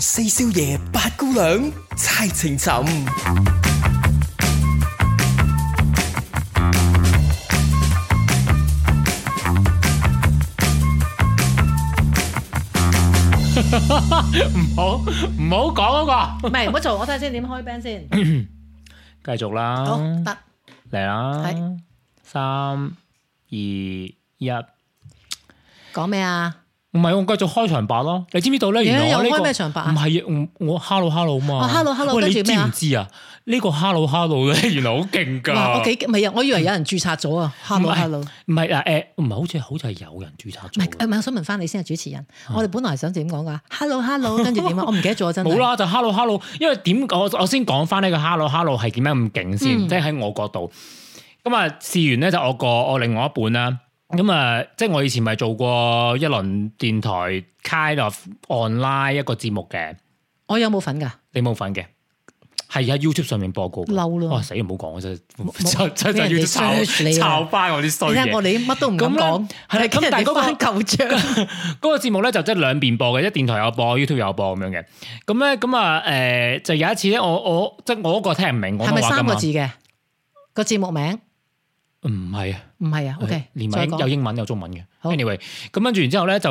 四少爺、八姑娘、猜情尋，唔好唔好講嗰唔係唔好嘈，我睇下先點開 band 先。個，繼續啦，好得，嚟啦係，三二一，唔講咩啊？係我繼續開場白咯。你知唔知道咧？你原來我呢又開個咩場白啊唔係啊，我我 hello hello 嘛。哦，hello hello，喂，你跟住知咩啊唔知啊？呢個 hello hello 咧，原來好勁哇，㗎我。幾唔係啊！我以為有人註冊咗 啊。Hello 唔係 hello，唔唔係啊，誒，唔係好似好似係有人註冊咗係誒嘅。唔係，我想問翻你先啊，主持人，我哋本來想點講㗎 ？Hello hello，跟住點啊？我唔記得咗真係。冇，啦，就 hello hello，因為點我我先講翻呢個 hello hello 係點樣咁勁先，嗯即係喺我角度。咁啊，試完咧就我個我另外一半啦。咁啊，即係我以前咪做過一輪電台 kind of online 一個節目嘅，我有冇份㗎？你冇份嘅，係喺 YouTube 上面播過嘅。嬲咯哇死唔好講，啊真冇係真真俾人要哋 search 抄你啊抄翻我啲衰你睇嘢下。我哋乜都唔敢咁咧講，係啦咁但係嗰個翻舊帳。嗰個節目咧就即係兩邊播嘅，一電台有播，YouTube 有播咁樣嘅。咁咧咁啊誒，就有一次咧，我我即係 我嗰個聽唔明廣係咪東話噶三個嘛？字嘅個節目名？唔係啊唔係啊，OK，連埋再英有講。英文有中文嘅。好 anyway，咁跟住然之後咧就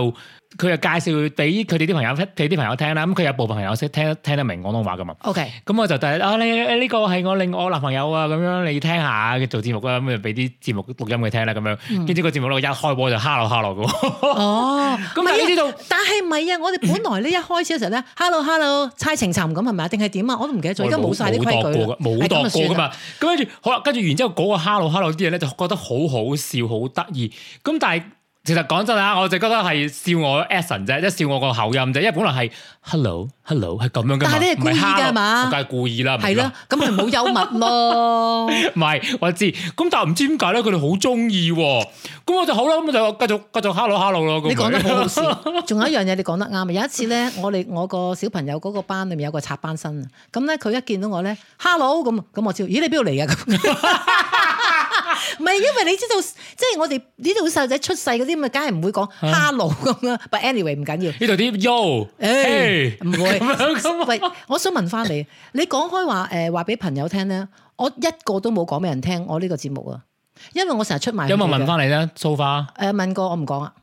佢就介紹俾佢哋啲朋友俾啲朋友聽啦。咁佢有部分朋友識聽聽得明廣東話噶嘛。 OK，咁我就第日啊，你你呢個係我另我男朋友啊，咁樣你聽下佢做節目啦，咁就俾啲節目錄音佢聽啦，咁嗯樣。跟住個節目咧一開播就哈 e 哈 l 嘅喎。哦，咁唔係但係啊你知道？但係唔係啊？我哋本來呢一開始嘅時候咧，hello hello，猜情尋咁係咪啊？定係點啊？我都唔記得咗，而家冇晒啲規矩啦冇哎咁度就算過噶啦嘛。咁跟住好啦，跟住然之後嗰個 hello hello 啲嘢咧，就覺得好好笑，好得意。咁但係其實講真啊，我就覺得係笑我 action 啫，即係笑我個口音啫。因為本來係 hello hello 係咁樣噶嘛，但係你唔係故意㗎 hello，嘛我梗係故意啦，唔係啦咯，咁咪冇幽默 咯。唔係，我知。咁但係唔知點解咧，佢哋好中意喎。咁我就好啦，咁就繼續繼續 hello hello 咯。咁你講得樣好好笑，仲有一樣嘢你講得啱啊！有一次咧，我哋我個小朋友嗰個班裏面有個插班生啊，咁咧佢一見到我咧，hello 咁，咁我知道，咦你邊度嚟㗎？咁 唔係因為你知道，即係我哋呢度細路仔出世嗰啲咪，梗係唔會講啊 hello 咁啦。But anyway 唔緊要。呢度啲 yo，誒 hey，唔會咁樣咁啊喂，我想問翻你，你講開話誒話俾朋友聽咧，我一個都冇講俾人聽我呢個節目啊，因為我成日出賣。有冇問？翻你咧？so far 誒問過我唔講啊，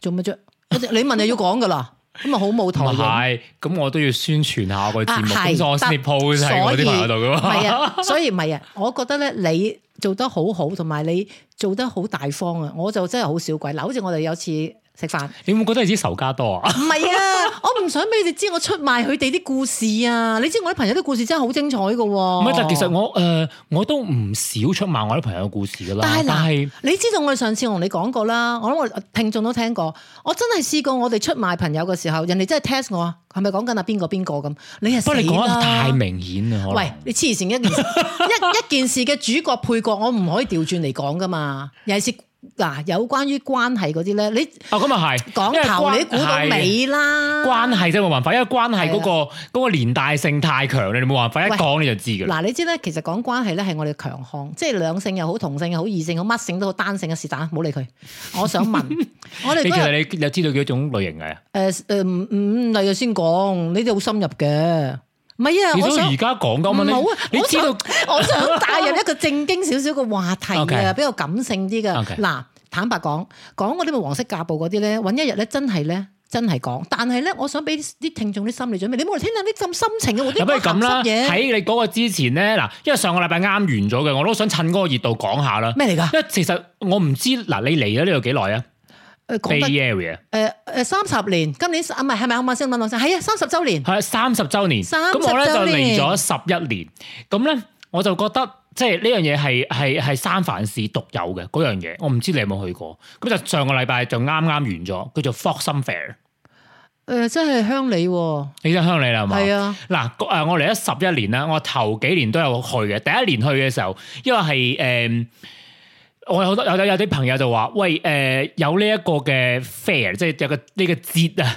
做乜啫？我哋你問就要講噶啦，咁啊咪好冇台唔型。啊係，咁我都要宣傳下我個節目，啊咁所係以我先至得 post 喺我啲朋友度噶唔係嘛。啊，所以唔係啊，我覺得咧你做得好好，同埋你做得好大方啊，我就真係好少鬼。嗱，好似我哋有次食 飯， 你會唔會覺得你啲仇家多啊？唔係啊，我唔想俾你哋知我出賣佢哋啲故事啊！你知我啲朋友啲故事真係好精彩噶喎。唔係，但其實我誒我都唔少出賣我啲朋友嘅故事噶啦但係，但係嗱，你知道我哋上次同你講過啦，我諗我聽眾都聽過，我真係試過我哋出賣朋友嘅時候，人哋真係 test 我啊，係咪講緊啊邊個邊個咁？你係不過你死講得啦太明顯啦，可能喂，你黐線一件事 一一件事嘅主角配角，我唔可以調轉嚟講噶嘛。尤其是嗱，有關於關係嗰啲咧，你啊咁啊係，因為講頭關你都估到尾啦。係關係真係冇辦法，因為關係嗰係個嗰個連帶性太強啦，你冇辦法一喂講你就知噶啦。嗱，你知咧，其實講關係咧係我哋強項，即係兩性又好，同性又好，異性又好，乜性都好，單性嘅是但，唔好理佢。我想問，我哋 你其嗰日實你有知道幾多種類型嘅？誒誒唔唔，例如先講，你哋好深入嘅，唔係啊，你我都想而。家講噶嘛？你唔好啊！你我知想道我想帶入一個正經少少嘅話題 OK 啊，比較感性啲嘅。 OK 嗱，坦白講，講嗰啲咪黃色架步嗰啲咧，揾一日咧真係咧。真係講，但係咧，我想俾啲啲聽眾啲心理準備，你冇嚟聽下啲咁深情嘅，我啲咁不如咁啦，鹹濕嘢喺你嗰個之前咧，嗱，因為上個禮拜啱完咗嘅，我都想趁嗰個熱度講下啦。咩啊嚟㗎？因為其實我唔知嗱，你嚟咗呢度幾耐啊誒講？Bay 得 Area 誒誒三十年，今年啊唔係係咪啊？我先問我先，係啊三十週年，係三十週年， 30咁我咧就週嚟年咗十一年，咁咧我就覺得即係呢樣嘢係係係三藩市獨有嘅嗰樣嘢，我唔知你有冇去過。咁就上個禮拜就啱啱完咗，叫做 Folsom Fair，誒真係鄉里喎，你真鄉里啦係嘛？係啊，嗱，誒我嚟咗十一年啦，我頭幾年都有去嘅。第一年去嘅時候，因為係誒、我有好多有有有啲朋友就話，喂誒、有呢一個嘅 fair，即係有個呢個節啊，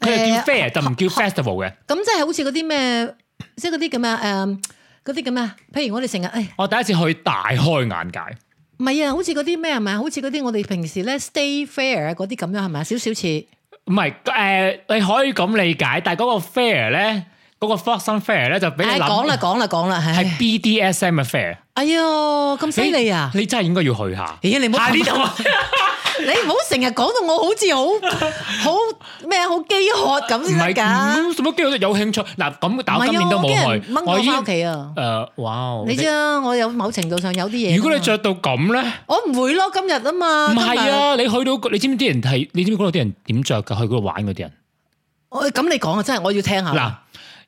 佢就叫誒啊 fair，就唔叫 festival 嘅。咁即係好似嗰啲咩，即係嗰啲咁嘅誒嗰啲咁嘅，譬如我哋成日誒。我第一次去大開眼界，唔係啊，好似嗰啲咩係咪啊？好似嗰啲我哋平時咧 stay fair 啊嗰啲咁樣係咪啊？少少似唔唔係诶，你可以咁理解，但係嗰個 fair 咧，嗰個 f o x o n fair 咧就俾你唉，講啦諗講啦講啦，係唉， BDSM 嘅 fair，哎呦咁犀利啊！你真係應該要去下。咦，你唔好下呢 度啊！你唔好成日講到我好似好好咩好饥渴咁唔先係得㗎。嗯做乜機會有興趣？嗱咁，但唔我係今年都啊，我冇驚人去，掹我我已經翻屋企啊！誒，哇！你知啊，我有某程度上有啲嘢㗎嘛。如果你着到咁咧，我唔會咯，今日啊嘛。唔係今日！啊！你去到，你知唔知啲人係？你知唔知嗰度啲人點着㗎？去嗰度玩嗰啲人我咁你講啊，真係我要聽下。嗱，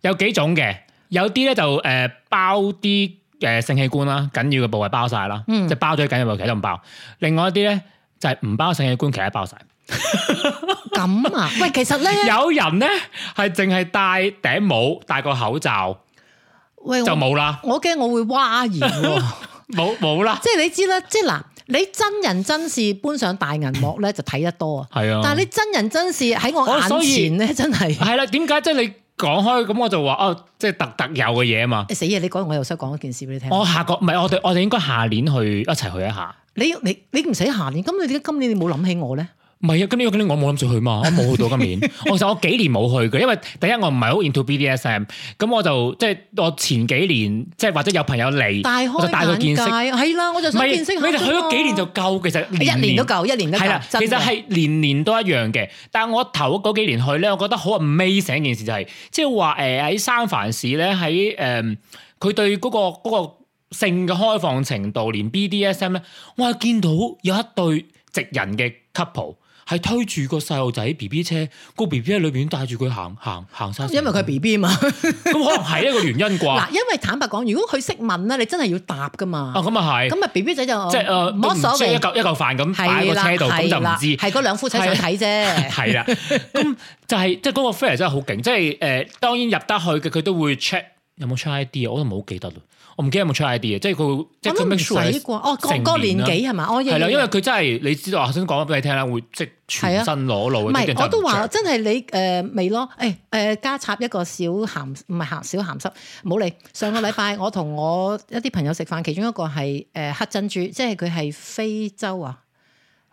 有幾種嘅，有啲咧就誒包啲誒性器官啦，緊要嘅部位包晒啦，嗯即係包咗緊要嘅部位，其他都唔包。另外一啲咧就係唔包性器官，其他包晒。咁啊，喂，其實咧，有人咧係淨係戴頂帽、戴個口罩喂，就我冇啦，我驚我會譁然喎。 冇冇啦，即係你知啦，即係嗱，你真人真事搬上大銀幕咧，就睇得多啊。係啊。 但係你真人真事喺我我所以眼前咧，真係係啦，點解即係你講開咁我就話哦，即係特特有嘅嘢啊嘛。死嘢！你講我又想講一件事俾你聽。我下個唔係我哋我哋應該下年去一齊去一下。你你你唔使下年，咁你點解今年你冇諗起我咧？唔係啊，今年今年我冇諗住去嘛，我冇去到今年。 我其實我幾年冇去嘅，因為第一我唔係好 into BDSM，咁我就即係我前幾年即係或者有朋友嚟，大我就帶開佢見眼界識。係啦，我就唔想係見識下你哋去咗幾年就啫嘛夠，其實年一年都夠，一年都係啦，夠。其真嘅實係年年都一樣嘅，但係我頭嗰幾年去咧，我覺得好 amazing 一件事就係、即係話誒喺三藩市咧，喺誒佢對嗰、個嗰個性嘅開放程度，連 BDSM 咧，我係見到有一對直人嘅 couple 係推住個細路仔 B B 車，個 B B 喺裏邊帶住佢行行行晒成，哦因為佢係 B B 嘛。咁可能係一個原因啩。 嗱，啊因為坦白講，如果佢識問咧，你真係要答噶嘛。咁啊係，咁啊，B B 仔就即係誒，呃冇所都唔知一謂。嚿一嚿飯咁擺喺係個啦，車度，咁就唔知。係嗰兩夫妻想睇 啫。係啦，咁就係即係嗰個 fair 真係好勁，即係誒當然入得去嘅佢都會 check 有冇 check ID 啊，我都唔係好記得啦，我唔記得有冇 check ID 啊，即係佢會 即係我都佢唔 make 使 sure 你啩。哦，個成個年年啦紀係嘛？哦，係啦，因為為佢真係你知道，我頭先講咗俾你聽啦，會即係全身裸露唔嘅，啲人真係，我都唔話着真係你誒未咯？誒誒加插一個小鹹唔係鹹小鹹濕，冇理。上個禮拜我同我一啲朋友食飯，其中一個係誒黑珍珠，即係佢係非洲啊，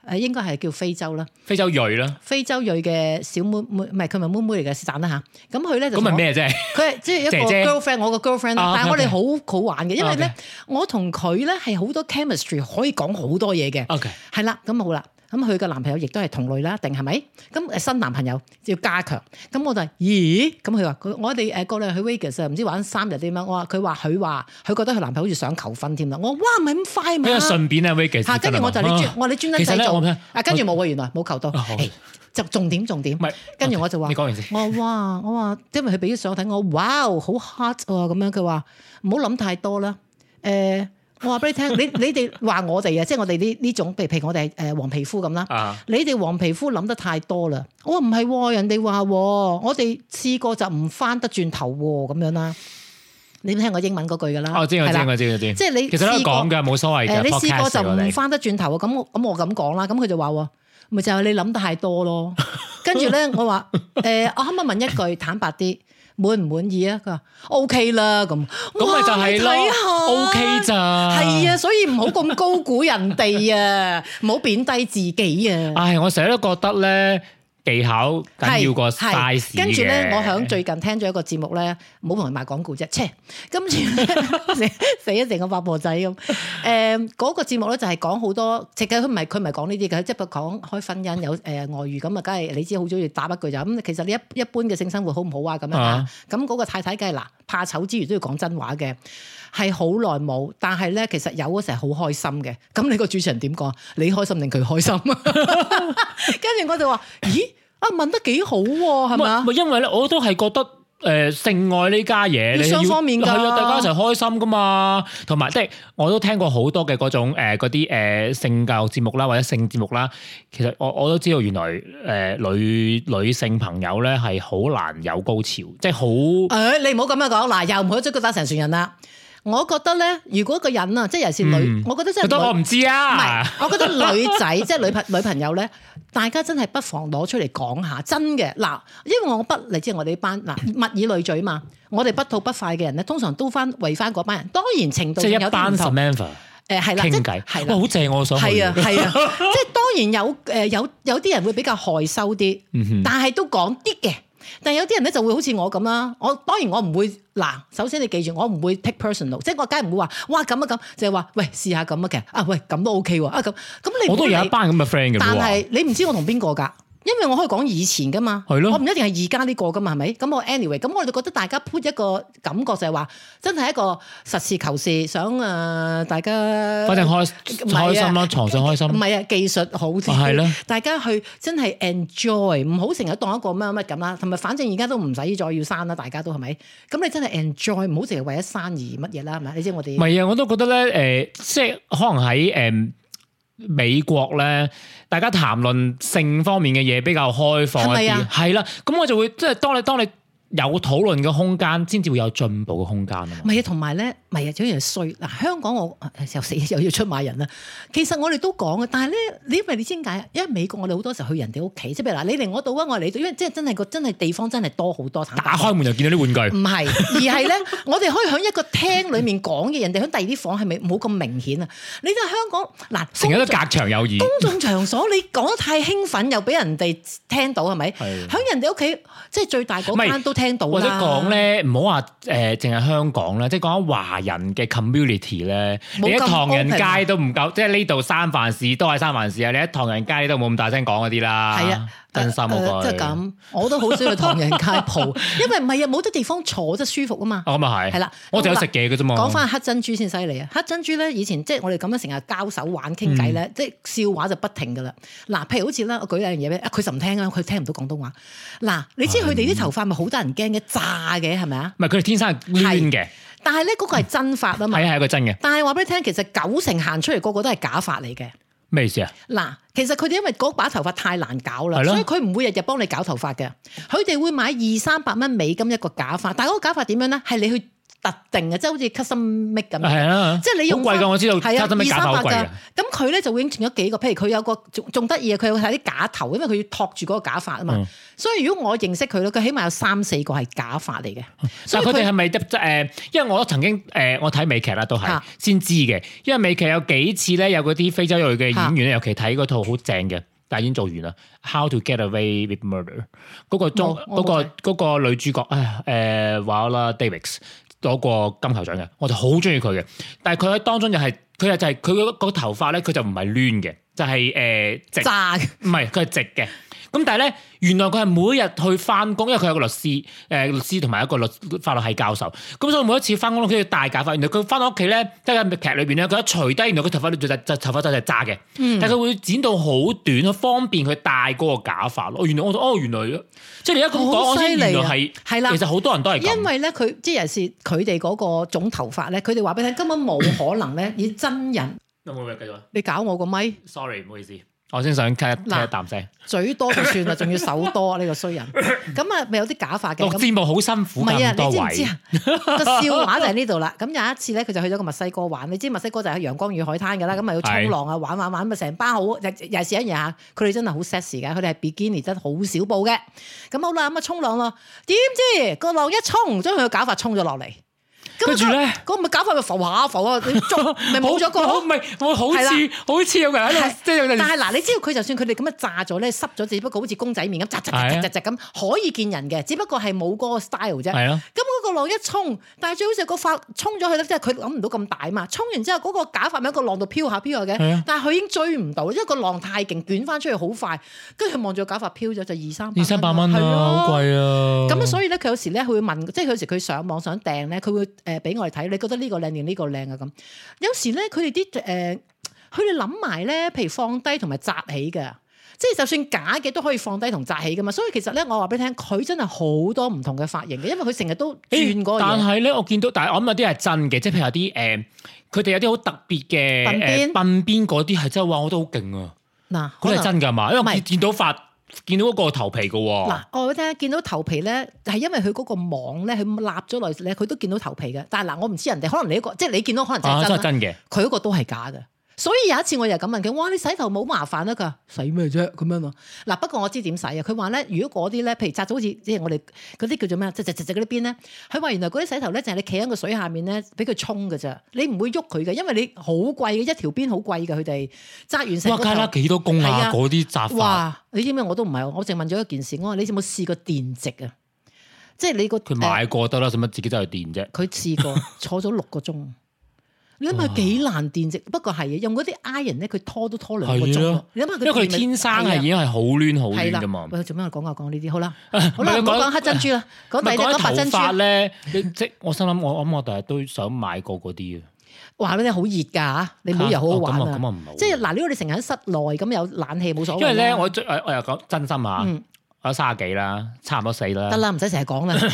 誒應該係叫非洲啦，非洲裔啦，非洲裔嘅小妹妹，唔係佢咪妹妹嚟嘅，是但啦嚇。咁佢 咧就咁同係我咩 啫？佢係即係一姐姐個 girlfriend，我個 girlfriend 啊啦。但係我 OK，OK 哋好好玩嘅，因為啊咧，我同佢咧係好多 chemistry，可以講好多嘢嘅。 OK 係啦，咁好啦，咁佢嘅男朋友亦都係同類啦，定係咪？咁誒新男朋友要加強，咁我就咦？咁佢話佢我哋誒過兩日去 Vegas 啊唔知玩三日點樣？我話佢話佢話佢覺得佢男朋友好似想求婚添啦。我話哇唔係咁快嘛因為。順便啊 v e g 嚇！跟住我就你專，我話你專登啊其實製咧我造咩啊！跟住冇喎，原來冇求到啊好。誒就重點重點唔。係，跟住我就話你講完 先，我話哇，我話，因為佢俾啲相睇我，哇，好 hot 喎、咁樣佢話唔好諗太多啦。誒、我話俾你聽， 你你哋話我哋啊，即係我哋呢呢種，譬如譬如我哋係誒黃皮膚咁啦，啊你哋黃皮膚諗得太多啦。我話唔係喎，人哋話喎，我哋試過就唔翻得轉頭喎、咁樣啦。你聽過英文嗰句㗎啦，哦我知我係知啦我知我知，即係你其實都係試過講嘅，冇所謂誒、嘅。你試 podcast 嚟過就㗎唔你翻得轉頭啊！咁我咁我咁講啦，咁佢就話喎，咪就係你諗得太 多咯。跟住咧，我話誒、我可唔可以問一句坦白啲，滿唔滿意啊？佢話 O K 啦，咁咁咪就係係咯，OK 咋？係啊，所以唔好咁高估人哋啊，唔好貶低自己啊。唉，我成日都覺得咧技巧緊要過係 size 係跟住咧，嘅我響最近聽咗一個節目咧，唔好同人賣廣告啫，切！跟住咧 死死一成個八婆仔咁。誒、嗰、個節目咧就係講好多，其實佢唔係佢唔係講呢啲嘅，即係講開婚姻有誒、外遇咁啊，梗係你知好中意答一句就咁。其實你一一般嘅性生活好唔好啊咁樣啊啊？咁嗰個太太梗係嗱，怕醜之餘都要講真話嘅，係好耐冇，但係咧其實有嗰時係好開心嘅。咁你個主持人點講？你開心定佢開心？跟住我就話：咦，啊問得幾好喎，係咪啊咪咪因為咧，我都係覺得。誒、性愛呢家嘢，要你雙方面㗎係啊，大家一齊開心噶嘛。同埋即係我都聽過好多嘅嗰種誒嗰啲誒性教育節目啦，或者性節目啦。其實我我都知道原來誒、呃女女性朋友咧係好難有高潮，即係好誒、你唔好咁樣講，嗱，又唔好追佢打成船人啦。我覺得咧，如果個人啊，即係尤其是女，嗯我覺得真覺得我係女，唔知唔啊係。，我覺得女仔 即係女朋女朋友咧，大家真係不妨攞出嚟講下，真嘅嗱，因為我不你知我哋班 嗱物以類聚嘛，我哋不吐不快嘅人咧，通常都翻為翻嗰班人，當然程度即上係有一啲班唔同。 Samantha，誒係啦，即傾係偈，係哇，啦。好正我想去係啊，係啊，即係當然有誒、有有啲人會比較害羞啲，嗯但係都講啲嘅。但係有啲人咧就會好似我咁啦，我當然我唔會嗱，首先你記住，我唔會 take personal，即係我梗係唔會話哇咁啊咁，就係話喂試下咁啊嘅，啊喂咁都 OK 喎，啊咁咁 你唔我都好有理一班咁嘅 friend 嘅喎，但係你唔知我同邊個㗎？因為我可以講以前噶嘛，係咯我唔一定係而家呢個噶嘛，係咪？咁我 anyway，咁我就覺得大家 put 一個感覺就係話，真係一個實事求是，想誒、呃大家反正開唔係啊開心啦，床上開唔心，係啊，技術好啲，啊係啦大家去真係 enjoy，唔好成日當一個乜乜咁啦。同埋反正而家都唔使再要生啦，大家都係咪？咁你真係 enjoy，唔好淨係為咗生而乜嘢啦，係咪？你知我唔哋係啊，我都覺得咧，誒，即係可能喺誒美國咧，大家談論性方面嘅嘢比較開放一係咪啲，啊係啦，咁我就會即係當你當你有討論嘅空間，先至會有進步嘅空間啊嘛唔。係啊，同埋咧，唔係啊，有樣嘢衰嗱。香港我啊又死 又要出賣人啦。其實我哋都講嘅，啊但係咧，你因為你知點解？啊因為美國我哋好多時候去人哋屋企，即係譬如嗱，你嚟我度啊，我嚟你度，因為即係真係個真係地方真係多好多。坦白打開門就見到啲玩具唔。係，而係咧， 我哋可以喺一個廳裏面講嘅，人哋喺第二啲房係咪冇咁明顯啊？你睇香港嗱，成日都隔牆有耳，公眾場所你講得太興奮，又俾人哋聽到係咪？係喺人哋屋企即係最大唔嗰係間都聽到啦。或者講，咧，唔好話誒，淨係香港啦，即係講緊華人嘅 community 咧，冇咁你喺唐人 open 啊街都唔夠，即係呢度三藩市都係三藩市啊，你喺唐人街都冇咁大聲講嗰啲啦，係啊，真心嗰誒句，即係咁，我都好少去唐人街鋪，因為唔係啊，冇得地方坐得舒服啊嘛。哦，咁啊係，係啦我就有食嘢嘅啫嘛，講翻黑珍珠先犀利啊！黑珍珠咧，以前即係我哋咁樣成日交手玩傾偈嗯咧，即係笑話就不停噶啦。嗱，譬如好似啦，我舉兩樣嘢俾啊佢就唔聽啊，佢聽唔到廣東話。嗱，你知佢哋啲頭髮咪好得人驚嘅炸嘅係咪啊？唔係佢哋天生係攣嘅，但係咧嗰個係真髮啊嘛係。啊係一個真嘅，但係話俾你聽，其實九成行出嚟個個都係假髮嚟嘅。咩意思啊？嗱，其實佢哋因為嗰把頭髮太難搞係啦，咯所以佢唔會日日幫你搞頭髮嘅。佢哋會買二三百蚊美金一個假髮，但係嗰個假髮點樣咧？係你去特定嘅，即係好似 custom make 咁樣。係啊，即係你用好貴返㗎，我知道，係啊，卡登美假髮好貴二嘅三百，㗎咁佢咧就已經轉咗幾個，譬如佢有個仲仲得意嘅，佢有睇啲假頭，因為佢要托住嗰個假髮啊嘛。嗯所以如果我認識佢咧，佢起碼有三四個係假髮嚟嘅。所但以佢哋佢係咪得誒？因為我曾經誒、呃我睇美劇啦，都係嚇先知嘅。因為美劇有幾次咧，有嗰啲非洲裔嘅演員咧，尤其睇嗰套好正嘅，但係已經做完啦。How to Get Away with Murder 嗰個中冇嗰、我冇個嗰個女主角，唉誒話啦 Davis 攞過金球獎嘅，我就好中意佢嘅。但係佢喺當中就係佢就係佢嗰個頭髮咧，佢就唔係攣嘅，就係、誒、直炸嘅，唔係，佢係直嘅。咁但係咧，原來佢係每日去翻工，因為佢有個律師，誒、律師同埋一個律法律系教授。咁所以每一次翻工都要戴假髮。原來佢翻到屋企咧，即係劇裏邊咧，佢一除低，原來佢頭髮就就就頭髮就係炸嘅，嗯但係佢會剪到好短，去方便佢戴嗰個假髮咯。哦原來我就哦原來，即係你而家咁講，好我犀先利啊原來係係啦其實好多人都係因咁，為咧佢即係尤其是佢哋嗰個種頭髮咧，佢哋話俾你聽根本冇可 能咧，以真人有冇嘢繼續啊你搞我個咪？Sorry，唔好意思，我先想咳一嗱咳一啖聲。嘴多就算啦，仲要手多啊呢個衰人。咁啊，咪有啲假髮嘅錄咁。節目好辛苦唔㗎，係啊，咁多你知唔位知啊？ 個笑話就喺呢度啦。咁有一次咧，佢就去咗個墨西哥玩。你知墨西哥就喺陽光與海灘㗎啦，咁咪要係衝浪啊，玩玩玩，咪成班好又又是一樣嚇。佢哋真係好 sexy 㗎，佢哋係 bikini 真係好少布嘅。咁好啦，咁啊衝浪咯，點知個浪一衝，將佢個假髮衝咗落嚟。咁跟住咧，嗰個咪假髮咪浮下浮 啊，你捉咪冇咗個好咯唔。係，我好係似好似有人喺係度，即係有人但係嗱，你知道佢就算佢哋咁樣炸咗咧，濕咗，只不過好似公仔面咁，扎扎扎扎扎咁，可以見人嘅，只不過係冇嗰個 style 啫。係啊咯，咁嗰個浪一衝，但係最好就個發衝咗去咧，即係佢諗唔到咁大嘛。衝完之後，嗰、個假髮咪喺個浪度飄下飄下係啊嘅，但係佢已經追唔到，因為個浪太勁，捲翻出去好快。跟住佢望住個假髮飄咗就二三二三百蚊啊，係好貴啊！咁所以咧，佢有時咧，佢會問，即係佢有時佢上網想訂咧，佢會誒俾我哋睇，你覺得呢個靚定呢個靚啊咁。有時咧，佢哋啲誒，佢哋諗埋咧，譬如放低同埋扎起嘅，即係就算假嘅都可以放低同扎起噶嘛。所以其實咧，我話俾你聽，佢真係好多唔同嘅髮型嘅，因為佢成日都轉嗰個誒但嘢。係咧，我見到，但係我諗有啲係真嘅，即係譬如有啲誒，佢哋有啲好特別嘅鬢誒邊鬢邊嗰啲係真係哇，我覺得好勁啊！嗱，可嗰啲係能真㗎嘛？因為唔我係見見到髮，見到嗰個頭皮㗎喎啊嗱，，我話俾你聽見到頭皮咧，係因為佢嗰個網咧，佢立咗落嚟咧，佢都見到頭皮嘅。但係嗱，我唔知人哋，可能你嗰個即係你見到可能就啊係真真係啦真嘅，佢嗰個都係假嘅。所以有一次我又咁問佢：，哇，你洗頭冇麻煩啊？佢話洗咩啫？咁樣啊？嗱，不過我知點洗啊。佢話咧，如果嗰啲咧，譬如紮咗好似即係我哋嗰啲叫做咩啊，即係直直嗰啲邊咧，佢話原來嗰啲洗頭咧就係你企喺個水下面咧，俾佢沖嘅咋，你唔會喐佢嘅，因為你好貴嘅，一條邊好貴嘅佢哋紮完成哇，個加頭啦幾多工係啊！啊嗰啲雜法，哇！你知唔知我都唔係，我淨問咗一件事，我話你有冇試過電直啊？即係你個佢誒買過得啦，使乜自己走去電啫？佢試 過坐咗六個鐘，你諗下佢幾難電直？不過係嘅用嗰啲 iron 咧，佢拖都拖兩個鐘係咯咯。你諗下佢因為佢哋電力天生係係啊已經係好攣好係攣啦噶嘛。喂，做咩啊我講下講呢啲？好啦，好好啦，唔好講黑珍珠 啦，講唔係第二講講起白頭珍珠。髮咧，你即我心諗，我諗我第日都想買過嗰啲啊。話俾你好熱㗎嚇，你唔好又好好哦咁玩啊咁啊啊！唔好。即係嗱，如果你成日喺室內咁有冷氣冇所謂啦。啊因為咧，我最我我又講真心啊嗯，我卅幾啦，差唔多死啦得。啦，唔使成日講啦，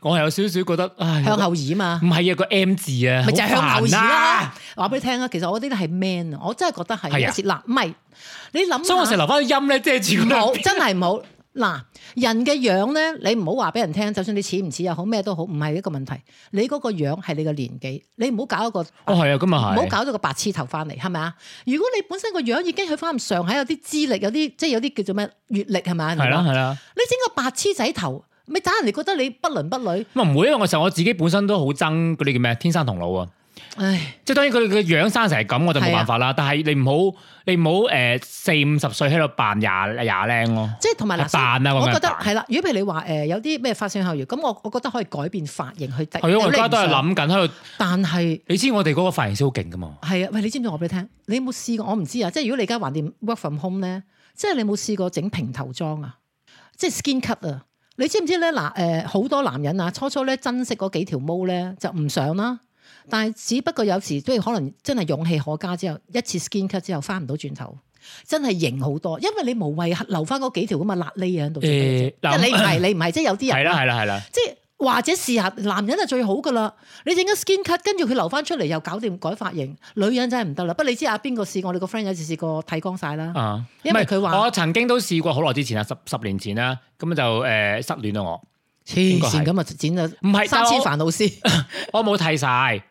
我有少少覺得，唉，向後移啊嘛 唔。係啊，個 M 字啊，咪就係向後移啦啦。！話俾你聽啊，其實我呢啲係 man 啊，我真係覺得係係啊有時嗱，唔係你諗所以我下成日留翻個音咧遮住佢。冇，真係冇。嗱，人嘅樣咧，你唔好話俾人聽，就算你似唔似又啊好，咩都好，唔係一個問題。你嗰個樣係你嘅年紀，你唔好搞一個，哦，係啊，咁唔啊係。好搞到個白痴頭翻嚟，係咪啊？如果你本身個樣已經去翻咁上下，有啲資歷，有啲即係有啲叫做咩閲歷係咪啊？係啦，係啦。你整個白痴仔頭，咪打人哋覺得你不倫不類，咁啊唔會，因為我實我自己本身都好憎嗰啲叫咩天生同路啊。唉，即係當然佢哋嘅樣生成係咁，我就啊冇辦法啦。但係你唔好你唔好誒四五十歲喺度扮廿廿零咯。即係同埋嗱，係扮啊我咁樣覺得扮係啦。如果譬如你話誒、有啲咩髮上後搖，咁我我覺得可以改變髮型去係啊，我而家都係，諗緊喺度。但係。你知我哋嗰個髮型師好勁噶嘛？係啊，喂，你知唔知我話俾你聽？你有冇試過？我唔知啊，即係如果你而家橫掂 work from home 咧，即係你有冇試過整平頭裝啊？即係 skin cut 啊？你知唔知咧？嗱，誒好多男人啊，初初咧珍惜嗰幾條毛咧就唔想啦，但係只不過有時都係可能真係勇氣可嘉之後，一次 skin cut 之後翻唔到轉頭，真係型好多，因為你無謂留翻嗰幾條咁嘅辣痢喺度做咩誒啫。嗱即係你唔 係你唔係，即係有啲係人啦，係啊啦，係啦。即係或者試下男人就最好噶啦，你整咗 skin cut，跟住佢留翻出嚟又搞掂改髮型，女人真係唔得啦。不過你知啊，邊個試？我哋個 friend 有次試過剃光晒啦，啊，因為唔係佢話我曾經都試過好耐之前啊啦，十十年前啦，咁就誒、呃失戀啦我， 黐該係線咁啊剪咗唔係三千但煩惱絲。我冇剃晒，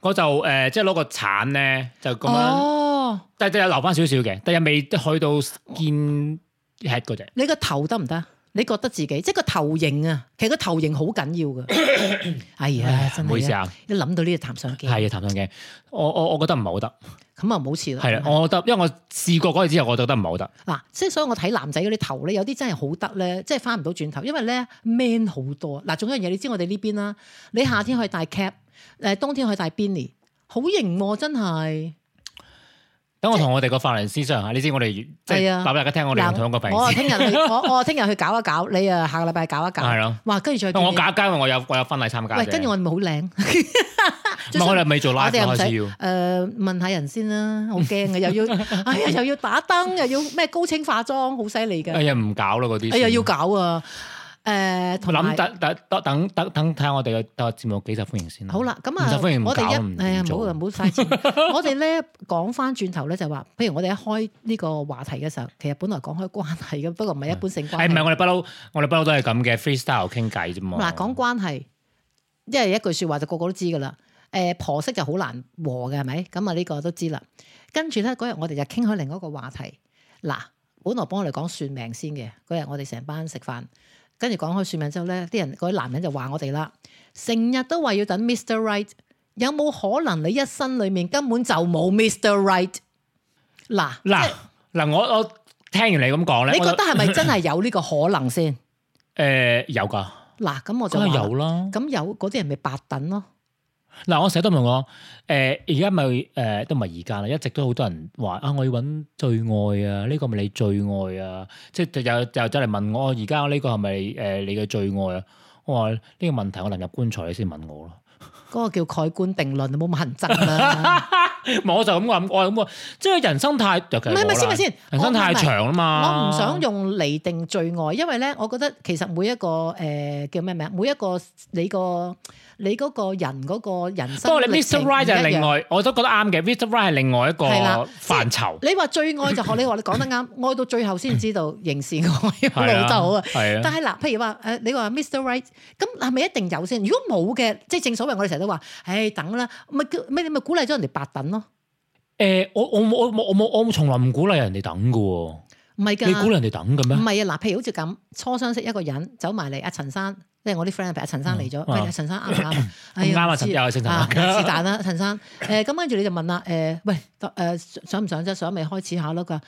我就誒、呃即係攞個鏟咧就咁樣，哦，但係留翻少少嘅，但係未去到見 head 嗰只，你個頭得唔得？你覺得自己即係個頭型啊，其實個頭型好緊要噶。 哎呀，真唔好意思係啊啊，一諗到呢個談上機，係啊，談上嘅，我我我覺得唔係好得，咁啊唔好似啦。係啦，我覺得因為我試過嗰次之後，我覺得唔係好得，嗱，即係所以我睇男仔嗰啲頭咧，有啲真係好得咧，即係翻唔到轉頭，因為咧 man 好多。啊嗱，仲有一樣嘢，你知我哋呢邊啦，你夏天可以戴 cap，誒冬天可以戴 beanie，好型喎、真係。等我同我哋個髮型師商量下，你知我哋即係係啊話俾大家聽，我哋用同一個髮嗱型我啊師，聽日去，我我啊聽日去搞一搞，你啊下個禮拜搞一搞。係咯哇，跟住再見你我假因為我有我有婚禮參加喂，啫，跟住唔我哋咪好靚。係我哋未做我 live 哋又唔開使始要誒。呃問下人先啦，好驚嘅， 又要哎呀又要打燈，又要咩高清化妝，好犀利哎嘅。呀，唔搞啦嗰啲。哎呀要搞啊！誒同諗。埋等等等等等等睇下我哋嘅個節目幾受歡迎先啦。好啦，咁唔受歡迎啊，唔我哋搞一哎呀，唔好啊，唔好嘥錢。 我哋咧講翻轉頭咧，就話，譬如我哋一開呢個話題嘅時候，其實本來講開關係嘅，不過唔係一般性關係唔係係。我哋不嬲，我哋不嬲都係咁嘅 freestyle 傾偈啫嘛。嗱，講關係，因為一句説話就個個都知噶啦。誒婆媳就好難和嘅，係咪？咁啊呢個都知啦。跟住咧嗰日我哋就傾開另一個話題。嗱，本來幫我哋講算命先嘅，嗰日我哋成班食飯，跟住講開算命之後咧，啲人嗰啲男人就話我哋啦，成日都話要等 Mr. Right，有冇可能你一生裡面根本就冇 Mr. Right？嗱，嗱嗱，我我聽完你咁講咧，你覺我得就係咪真係有呢個可能先？誒有㗎？嗱，咁我就梗係話有啦，啦。咁有嗰啲人咪白等咯。嗱，我成日都問我誒，而家咪誒都唔係而家啦，一直都好多人話啊，我要揾最愛啊，呢個咪你最愛啊，即係又又走嚟問我，而家呢個係咪誒你嘅最愛啊？我話呢個問題我能入棺材你先問我咯。嗰個叫蓋棺定論，冇咁行 憎啦。唔係，我就咁諗，我係咁話，即係人生太，尤其唔係唔係我啦先咪先人生太長啦嘛。我唔想用嚟定最愛，因為咧，我覺得其實每一個誒、呃叫咩名，每一個你個你嗰個人嗰個人不生過你歷 Mr. 程唔一樣。 Right 就係另外，我都覺得啱嘅。Mr. Right 係另外一個係啦即係範疇，你話最愛就學你話你講得啱，愛到最後先知道刑 事愛係老啊豆啊。係但啊，係嗱，譬如話誒，你話 Mr. Right，咁係咪一定有先？如果冇嘅，即係正所謂我哋成日都話，唉，等啦，咪叫咪你咪鼓勵咗人哋白等咯。誒，我我冇我冇我冇我冇從來唔鼓勵人哋等嘅喎，唔係㗎，你鼓勵人哋等嘅咩唔？係啊，嗱，譬如好似咁，初相識一個人走埋嚟，阿陳生，即係我啲 friend，譬如阿陳生嚟咗，嗯喂，啊阿陳生啱唔啱 啊？哎咁呀啱唔啊，知陳又係姓陳啊啊，是但啦，陳生。誒，咁跟住你就問啦，誒，喂，誒想唔想啫？想咪開始下咯。佢話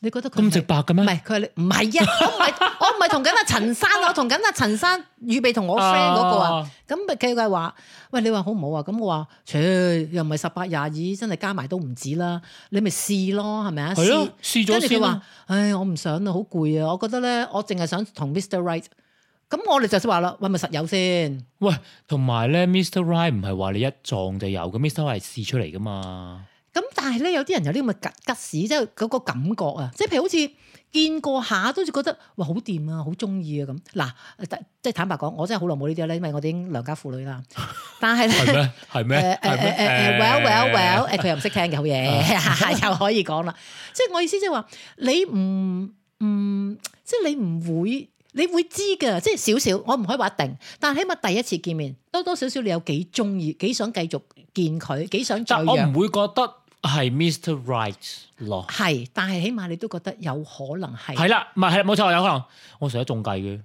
你覺得佢係咁直白嘅唔咩？係佢係你唔係啊！我唔係 我唔係同緊阿陳生，啊我同緊阿陳生預備同我 friend 嗰個啊啊。咁咪佢係話：喂，你話好唔好啊？咁我話：切，又唔係十八廿二，真係加埋都唔止啦。你咪試咯，係咪啊？係咯試咗跟住佢先啦啊話：唉，我唔想啦，好攰啊！我覺得咧，我淨係想同 Mr. Right。咁我哋就話啦，喂，咪實有先。喂，同埋咧，Mr. Right 唔係話你一撞就有嘅，Mr. Right 係試出嚟噶嘛。咁但係咧，有啲人有啲咁嘅吉吉屎，即係嗰個感覺啊，即係譬如好似見過下，都好似覺得哇好掂啊，好中意啊咁。嗱，但即係坦白講，我真係好耐冇呢啲啦，因為我哋已經良家婦女 啦。但係係咧，咩？係誒咩？誒誒誒係咩誒，well well well，誒佢啊又唔識聽嘅好嘢， 又可以講啦。即係我意思即係話，你唔唔，即係你唔會。你會知㗎，即係少少，我唔可以話一定，但係起碼第一次見面，多多少少你有幾中意，幾想繼續見佢，幾想再但我約唔會覺得係 Mr. Right 咯。係，但係起碼你都覺得有可能係。係啦，唔係係啦冇錯，有可能我成日中計嘅，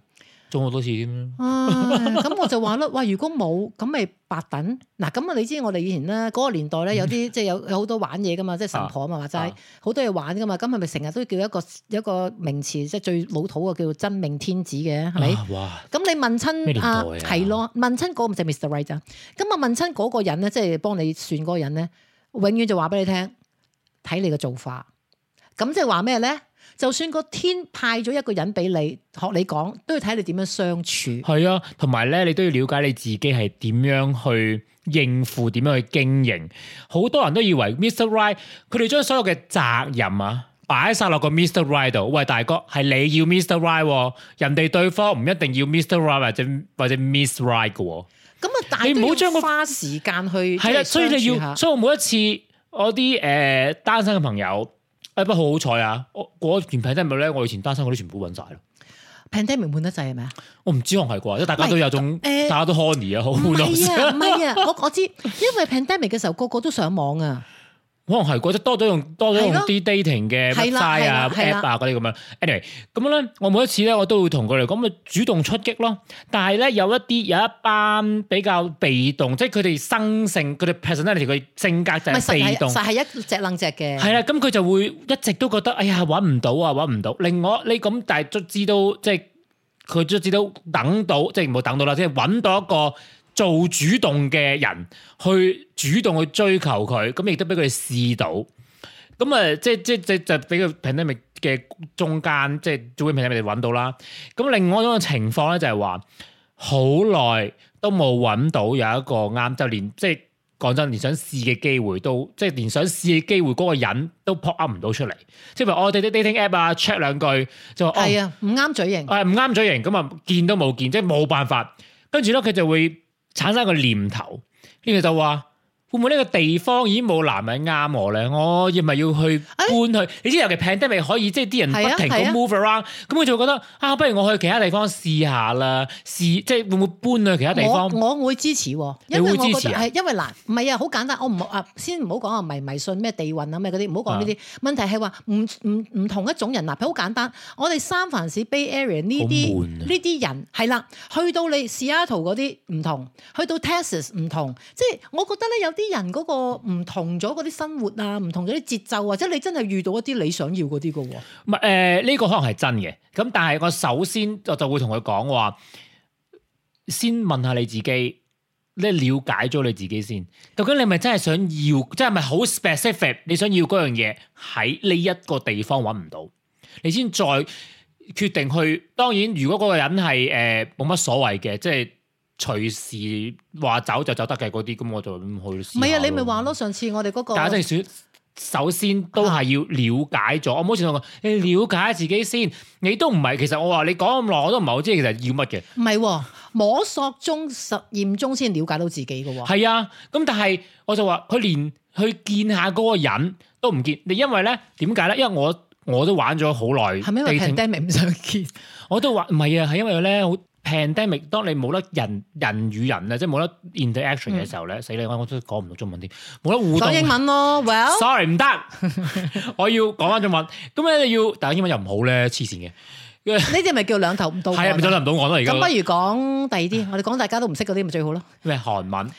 中好多次添。唉啊咁我就話啦， 哇！如果冇咁咪白等嗱，咁啊你知我哋以前咧嗰個年代咧有啲即係有有好多玩嘢噶嘛，即係神嗯婆啊嘛話齋啊，好多嘢玩噶嘛，咁係咪成日都叫一個一個名詞，即係最老土嘅叫做真命天子嘅係咪？啊哇！咁你問咩親年代啊啊，係咯，問親嗰個咪就係 Mr. Right 咋？咁啊問親嗰個人咧，即係幫你算嗰個人咧，永遠就話俾你聽，睇你嘅做法。咁即係話咩咧？就算個天派咗一個人俾你，學你講，都要睇你點樣相處。係啊，同埋咧，你都要了解你自己係點樣去應付，點樣去經營。好多人都以為 Mr. Right，佢哋將所有嘅責任啊擺晒落個 Mr. Right 度。喂，大哥，係你要 Mr. Right，喎人哋對方唔一定要 Mr. Right 或者或者 Miss Right 嘅喎。咁啊，但你係唔好都將個要花時間去係啦，所以你即係相要，處下所以我每一次我啲誒、呃、單身嘅朋友，誒不過好好彩啊！我嗰段 p a n d 咧，我以前單身嗰啲全部揾晒咯。 pandemic 悶得滯係咪啊？我唔知可能係啩，即係大家喂都有種， 誒大家都 honey 啊，好唔係 啊，唔可係啊，我我知，因為 pandemic 嘅時候個個都上網啊，能係啩，即係多咗用多咗用係咯啲 dating 嘅係 website 啦啊係 app 啦啊嗰啲咁樣。anyway，咁樣咧，我每一次咧我都會同佢哋講，咪主動出擊咯。但係咧有一啲有一班比較被動，即係佢哋生性，佢哋 personality 佢性格就咪係實被係動。實係一隻愣隻嘅。係啦，啊咁佢就會一直都覺得，哎呀，揾唔到啊，揾唔到。另外，你咁，但係卒之都即係佢卒之都等到，即係唔好等到啦，即係揾到一個做主動嘅人去主動去追求佢，咁亦都俾佢哋試到。咁啊，即係即係即係就俾佢 pandemic 嘅中間，即係做 pandemic 哋揾到啦。咁另外一種情況咧就係話，好耐都冇揾到有一個啱，就連即係講真，連想試嘅機會都，即係連想試嘅機會嗰個人都 pop up 唔到出嚟。即係譬如哦我哋啲 dating app 啊，check 兩句就話哦係啊，唔啱嘴型。誒唔啱嘴型，咁啊見都冇見，即係冇辦法。跟住咧，佢就會產生一個念頭，呢個就話。會唔會呢個地方已經冇男人啱我咧？我係咪要去哎搬去？你知尤其 pandemic 可以即係啲人係啊不停係啊咁 move around，咁佢就會覺得啊，不如我去其他地方試下啦，試即係會唔會搬去其他地我方？我會支持喎，你因為會我支覺持得啊係因為嗱，唔係啊，好簡單，我唔好啊，先唔好講啊迷迷信咩地運啊咩嗰啲，唔好講呢啲。問題係話唔唔唔同一種人嗱，譬如好簡單，我哋三藩市 Bay Area 呢好啲悶啊呢啲人係啦，去到你 Seattle 嗰啲唔同，去到 Texas 唔同，即係我覺得咧有啲人嗰個唔同咗嗰啲生活啊，唔同咗啲節奏啊，即係你真係遇到一啲你想要嗰啲嘅喎。唔係誒呃呢個可能係真嘅，咁但係我首先我就會同佢講話，先問下你自己，你了解咗你自己先，究竟你係咪真係想要，即係咪好 specific 你想要嗰樣嘢喺呢一個地方揾唔到，你先再決定去。當然，如果嗰個人係呃誒冇乜所謂嘅，即係隨時話走就走得嘅嗰啲，咁我就咁去試下唔係啊，咯你咪話咯，上次我哋嗰個大家真係選，首先都係要了解咗。我冇前同我講，你了解下自己先。你都唔係，其實我話你講咁耐，我都唔係好知其實要乜嘅。唔係喎，摸索中實驗中先了解到自己嘅喎。係啊，咁但係我就話佢連去見下嗰個人都唔見。你因為咧點解咧？因為我我都玩咗好耐，係咪因為 dating- pandemic 唔想見？我都話唔係啊，係因為咧好 pandemic，當你冇得人人與人啊，即係冇得 interaction 嘅時候嗯咧，死你我我都講唔到中文添，冇得互動講。英文咯，Well， sorry 唔得，我要講翻中文。咁咧要，但係英文又唔好咧，黐線嘅。呢啲咪叫兩頭唔到岸係啊，唔到啊。唔到我啦而咁家不。如講第二啲，我哋講大家都唔識嗰啲咪最好咯。咩韓文？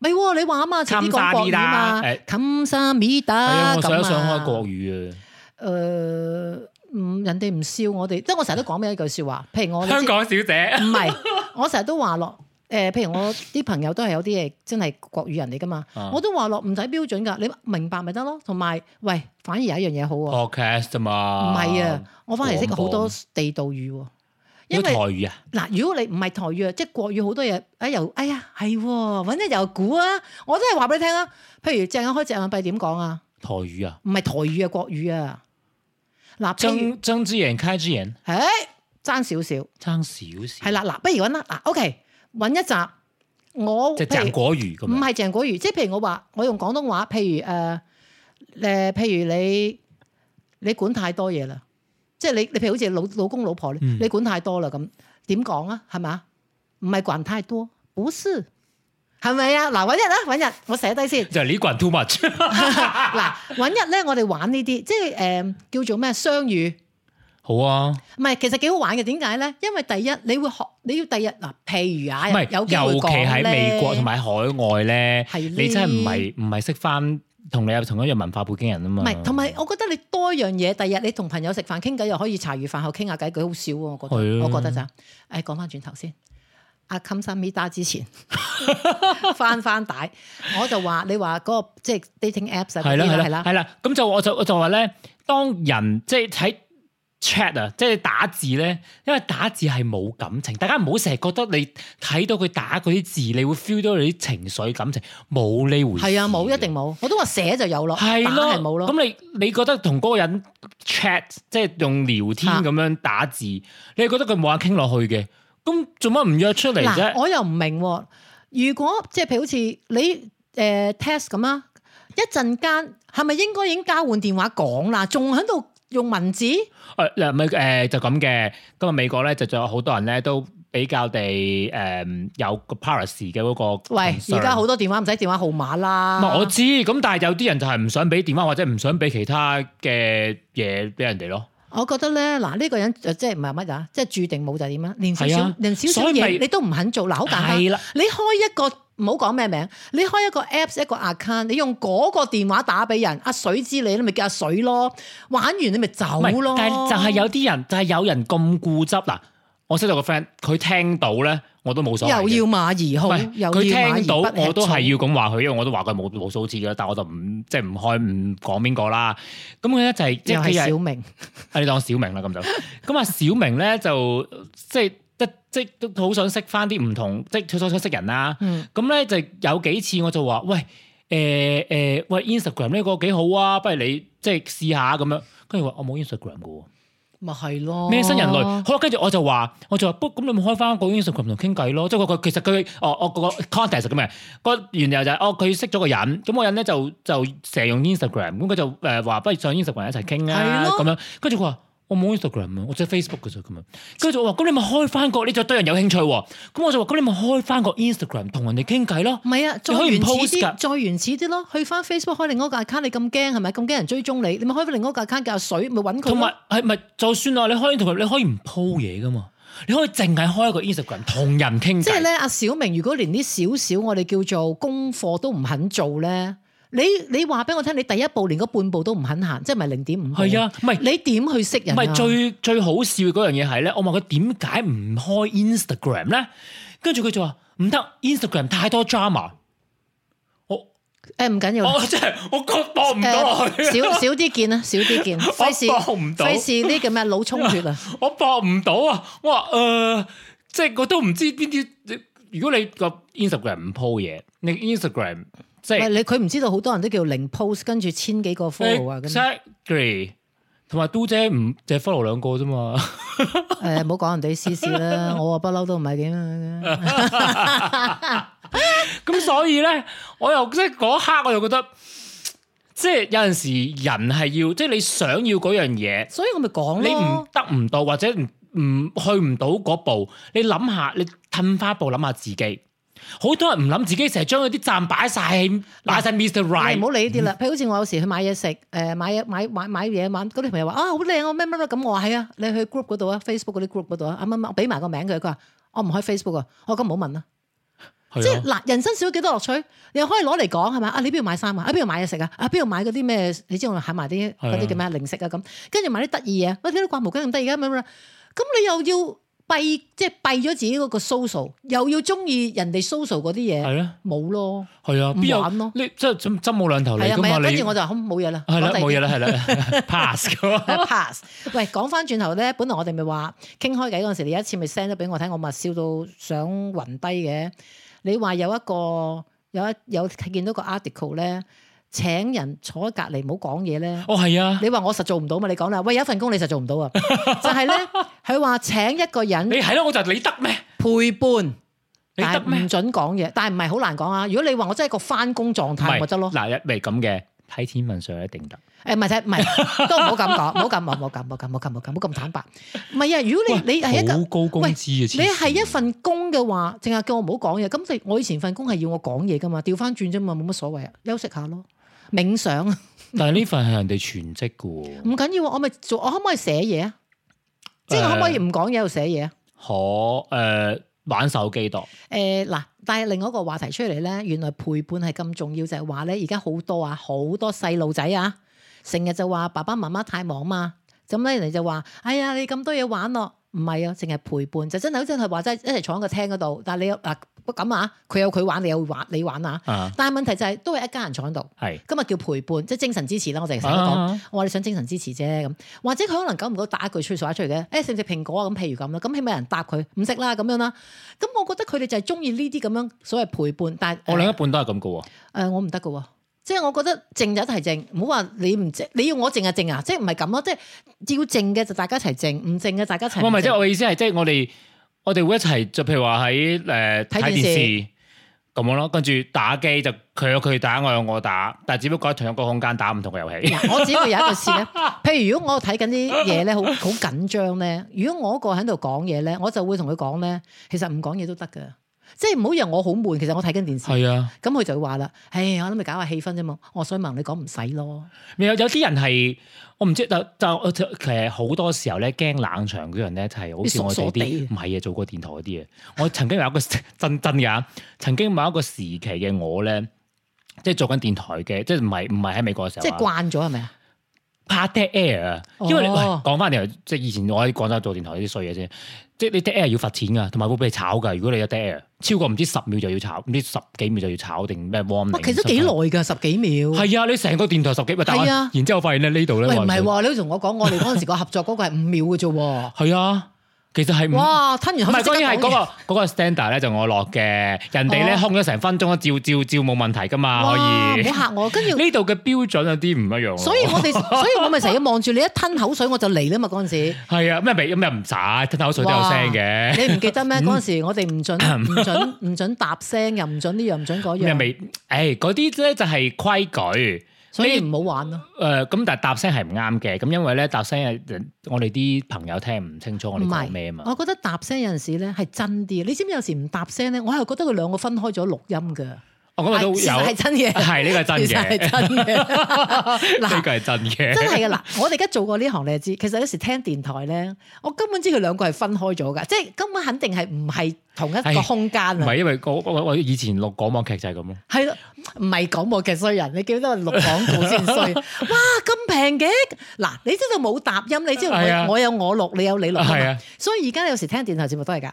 咪喎，你話啊嘛，遲啲講國語啊嘛冚沙咪，冚沙咪係啊，打我想咁想開啊。國語誒，唔嗯人哋唔笑我哋，即係我成日都講咩一句説話，譬如我啊。香港小姐唔係，我成日都話落誒，譬如我啲朋友都係有啲嘢真係國語人嚟噶嘛，啊我都話落唔使標準㗎，你明白咪得咯。同埋，喂，反而有一樣嘢好喎， podcast 啊唔嘛。係啊，，我反而識好廣播多地道語喎，因因台為。語啊。嗱，如果你唔係台語啊，即係國語好多嘢，哎又哎呀係喎，揾一又估啊！我真係話俾你聽啊，譬如隻眼開隻眼閉點講啊？台語啊，唔係台語啊，國語啊。嗱，譬如睜睜隻眼開隻眼，誒爭少少，爭少少，係，啦，嗱，不如揾啦，嗱，OK，揾一集我即係譬鄭如果如咁唔樣。係鄭果如，即係譬如我話我用廣東話，譬如誒誒、呃呃譬如你你管太多嘢啦，即係你你譬如好似老老公老婆，嗯你管太多啦咁，點講啊？係咪啊？唔係管太多，不是，係咪啊？嗱，揾日啊，揾日，我寫低先。就係呢個人 too much， 嗱，揾日咧，我哋玩呢啲，即係誒、呃叫做咩雙語。好啊，唔係，其實幾好玩嘅。點解咧？因為第一，你會學，你要第日嗱，譬如啊，唔係有尤機會其講喺美國咧同埋海外咧，係呢你真係唔係唔係識翻同你有同一樣文化背景人啊嘛，唔係，同埋我覺得你多樣嘢，第日你同朋友食飯傾偈又可以茶餘飯後傾下偈，佢好少喎，我覺係得，啊我覺得咋？誒，講翻轉頭先，阿冚三咪打之前翻翻帶，我就話你話嗰個即係 dating apps 啊係嗰啦啲係啦，啦係啦，係啦，咁就我就我就話咧，當人即係喺 chat 啊，即係打字咧，因為打字係冇感情，大家唔好成日覺得你睇到佢打嗰啲字，你會 feel 到你啲情緒感情，冇呢回事，係啊，冇一定。冇，我都話寫就有咯，打係咯，係冇咯，咁你你覺得同嗰個人 chat，即係用聊天咁樣打字，你係覺得佢冇話傾落去嘅，咁做乜唔約出嚟嗱，啫？我又唔明喎，如果即係譬如好似你誒 test 咁啦，一陣間係咪應該已經交換電話講啦？仲喺度用文字？誒哦嗱，咪誒就咁嘅。今日美國咧就仲有好多人咧都比較地誒、有個 policy 嘅嗰個 concern。喂，而家好多電啊話唔使電話號碼唔係啦。我知，咁但係有啲人就係唔想俾電話或者唔想俾其他嘅嘢俾人哋咯。我覺得咧，嗱呢個人就即係唔係乜啊？即係注定冇就係點啊？連少係少啊連少少所以咪嘢你都唔肯做，嗱好簡單。係啦你開一個唔好講咩名，你開一個 Apps 一個 account，你用嗰個電話打俾人，阿水知你，你咪叫阿水咯。玩完你咪走唔係咯。但係就係有啲人就係有人咁固執嗱。我識到個 friend，佢聽到咧我都冇所謂嘅。又要馬兒唔好，係又佢要馬聽到兒不吃我都係醋要咁話佢，因為我都話佢冇冇數字嘅，但我就唔即係唔開唔講邊個啦。咁佢咧就係即又係佢係係小明，啊，你當小明啦咁就。咁啊，小明咧就即係即即都好想識翻啲唔同，即係佢想識人啦。嗯咁咧就有幾次我就話喂誒誒、喂 Instagram 呢個幾好啊，不如你即係試下咁樣。跟住話我冇 Instagram 嘅喎。咪係咯。咩新人類？哦好啦，跟住我就話，我就話，不過咁你咪開翻個 Instagram 同傾偈咯。即係佢佢其實佢，哦，我個 context 咁嘅，個原由就係、哦，佢識咗個人，咁個人咧就就成日用 Instagram，咁佢就誒話、不如上 Instagram 一齊傾啊係咯咁樣。跟住佢話。我冇 Instagram 啊，我只係 Facebook 嘅啫咁樣。跟住我話：咁你咪開翻個，你就對人有興趣喎。咁我就話：咁你咪開翻個 Instagram 同人哋傾偈咯唔。係啊，再你可以唔原始 post 㗎啲，再原始啲咯。去翻 Facebook 開另一個 account，你咁驚係咪？咁驚人追蹤你，你咪開翻另一個 account 叫阿水，咪揾佢嗯同埋咯。係咪就算啊？你開 Instagram，你可以唔 po 嘢噶嘛？你可以淨係開一個 Instagram 同人傾偈。即係咧，阿小明如果連啲少少我哋叫做功課都唔肯做咧，你你話俾我聽，你第一步連嗰半步都唔肯行，即係咪零點五？係，啊，唔係你點去識人唔啊？係最最好笑嗰樣嘢係咧，我問佢點解唔開 Instagram 咧，跟住佢就話唔得，Instagram 太多 drama。我誒唔緊要啦。我真係我覺得播唔到落去，嗯誒少少啲見啊，少 啲見，費事幫唔到費事呢咁嘅腦充血啊！我播唔到啊！我話誒、呃即係我都唔知邊啲。如果你個 Instagram 唔 po 嘢，你 Instagram 即喂， 係你佢唔知道好多人都叫零 post，跟住千幾個 follow 啊，咁 exactly，同埋都姐唔淨係 follow 兩個啫嘛。誒，唔好講人哋私事啦，我啊不嬲都唔係點啊，咁所以咧，我又即係嗰一刻，我又覺得，即係有陣時人係要，即係你想要嗰樣嘢，所以我咪講你唔咯，得唔到，或者唔唔去唔到嗰步，你諗下，你褪翻一步諗下自己。好多人唔諗自己，成日將嗰啲站擺晒喺擺晒 Mr. 你 Right 唔。好理呢啲啦。譬如好似我有時去買嘢食，誒、買嘢買買買嘢玩，嗰啲朋友話啊好靚啊咩乜乜咁，我話係啊，你去 group 嗰度啊，Facebook 嗰啲 group 嗰度啊，啱啱我俾埋個名佢，佢話我唔開 Facebook 啊，我話咁唔好問啦。係即係啊嗱，人生少咗幾多樂趣，你又可以攞嚟講係咪？啊，你邊度買衫啊？啊，邊度買嘢食啊？啊，邊度買嗰啲咩？你知我買埋啲係啊嗰啲叫咩啊零食啊咁，跟住買啲得意嘢，喂，啲掛毛巾咁得意嘅咁樣啦，咁你又要閉即係閉咗自己嗰個 social，又要中意人哋 social 嗰啲嘢，係啊，冇咯，係啊，邊唔玩有咯你即係針針冇兩頭利係啊，㗎咪嘛？啊，你跟住我就好冇嘢啦，係啦，講第二冇嘢啲啦，係啦，pass 嘅。係 pass。喂，講翻轉頭咧，本來我哋咪話傾開偈嗰陣時，你有一次咪 send 咗俾我睇，我咪笑到想暈低嘅。你話有一個有一有見到個 article 咧，請人坐喺隔離唔好講嘢 咧。哦，係啊，你話我實做唔到嘛？你講啦，喂，有一份工你實做唔到啊！ 就係咧，佢話請一個人你係咯，我就你得咩？陪伴，你但得係咩唔？准講嘢，但係唔係好難講啊！如果你話我真係個翻工狀唔係態，咪得咯。嗱，一咪咁嘅，睇天份上一定得。誒唔係睇 唔係，都唔好咁講，唔好咁，唔好咁，唔好咁，唔好咁，唔好咁，唔好咁坦白。唔係啊，如果你你係一個好高工喂資啊！你係一份工嘅話，淨係叫我唔好講嘢。咁你我以前份工係要我講嘢噶嘛，調翻轉啫嘛，冇乜所謂啊，休息下咯，冥想啊但係呢份係人哋全職嘅喎。唔緊要啊。我咪做，我可唔可以寫嘢啊？即係我可唔可以唔講嘢又寫嘢啊？可誒、玩手機多，誒嗱、但係另外一個話題出嚟咧，原來陪伴係咁重要，就係話咧，而家好多啊，好多細路仔啊，成日就話爸爸媽媽太忙嘛，咁咧人哋就話：哎呀，你咁多嘢玩咯，唔係啊，淨係陪伴就真係好似係話齋一齊坐喺個廳嗰度，但係你有嗱咁啊，佢有佢玩，你有玩你玩啊，啊，但係問題就係、都係一家人坐喺度。係今日叫陪伴，即係精神支持啦。我哋成日都講，啊我話你想精神支持啫咁，或者佢可能久唔久打一句吹水話出嚟嘅，誒食唔食蘋果啊咁，譬如咁啦，咁起碼有人答佢唔食啦咁樣啦。咁我覺得佢哋就係中意呢啲咁樣所謂陪伴，但係我另一誒、半都係咁嘅喎，呃我唔得㗎喎。即係我覺得靜就一齊靜，唔好話你唔靜，你要我靜啊靜啊，即係唔係咁咯？即係要靜嘅就大家一齊靜，唔靜嘅大家一齊唔靜。唔係即係我嘅意思係即係我哋我哋會一齊就譬如話喺誒睇睇電電視視咁樣咯，跟住打機就佢有佢打，我有我打，但係只不過喺同一個空間打唔同嘅遊戲，嗱，我只會有一個事咧。譬如如果我睇緊啲嘢咧，好好緊張咧，如果我一個喺度講嘢咧，我就會同佢講咧，其實唔講嘢都得㗎，即係唔好以為我好悶，其實我睇緊電視。係啊。咁佢就會話啦，唉，我諗咪搞下氣氛啫嘛。我想問你講唔使咯，有有啲人係我唔知，但但我其實好多時候咧驚冷場嗰啲人咧，就係好似我哋你啲唔係啊，做過電台嗰啲嘢。我曾經有一個 真真㗎，曾經某一個時期嘅我咧，即係做緊電台嘅，即係唔係唔係喺美國嘅時候啊，即係慣咗係咪啊？拍 dead air 啊，因為你、哦喂講翻嚟，即係以前我喺廣州做電台啲衰嘢先，即係你 dead air 要罰錢噶，同埋會俾你炒噶。如果你有 dead air 超過唔知十秒就要炒，唔知十幾秒就要炒定咩 warning。哇，其實都幾耐㗎，十幾秒。係啊，你成個電台十幾，但係啊係然之後發現咧呢度咧，喂，我唔係喎，你好似同我講，我哋嗰陣時個合作嗰個係五秒嘅啫喎。係啊，其實係唔唔哇，吞完口係水即刻當然係講嗰嘢。個嗰個 standard 咧就我落嘅，人哋咧哦空咗成分鐘都照照照冇問題噶嘛，可哇，唔以好。嚇我，跟住。 呢度嘅標準有啲唔一樣喎。所以我哋，所以我咪成日望住你一吞口水我就嚟啦嘛嗰陣時。係啊，咩咪咩唔使吞口水都有聲嘅。你唔記得咩？嗰陣時我哋 唔準唔準唔準搭聲，又唔準呢樣唔準嗰咩樣，未？誒嗰啲咧就係規矩。所以唔好玩咯。誒咁，但係搭聲係唔啱嘅。咁因為咧搭聲係我哋啲朋友聽唔清楚我哋唔講咩啊係嘛，。我覺得搭聲有陣時咧係真啲。你知唔知有時唔搭聲咧，我係覺得佢兩個分開咗錄音㗎。哦我今日都有哦係其實係真嘅，係呢個係 真 其實嘅，係真 嘅。呢嗱，個係真嘅。真係嘅嗱，我哋而家做過呢行你就知，其實有時聽電台咧，我根本知佢兩個係分開咗㗎，即係根本肯定係唔係同一個係空間唔啊。係因為我我我以前錄廣播劇就係咁咯。係咯，唔係廣播劇衰人，你記得我錄廣告 先衰。哇，咁平嘅，嗱，你知道冇搭音，你知道係啊我我有我錄，你有你錄啊嘛係啊所以而家有時聽電台節目都係㗎，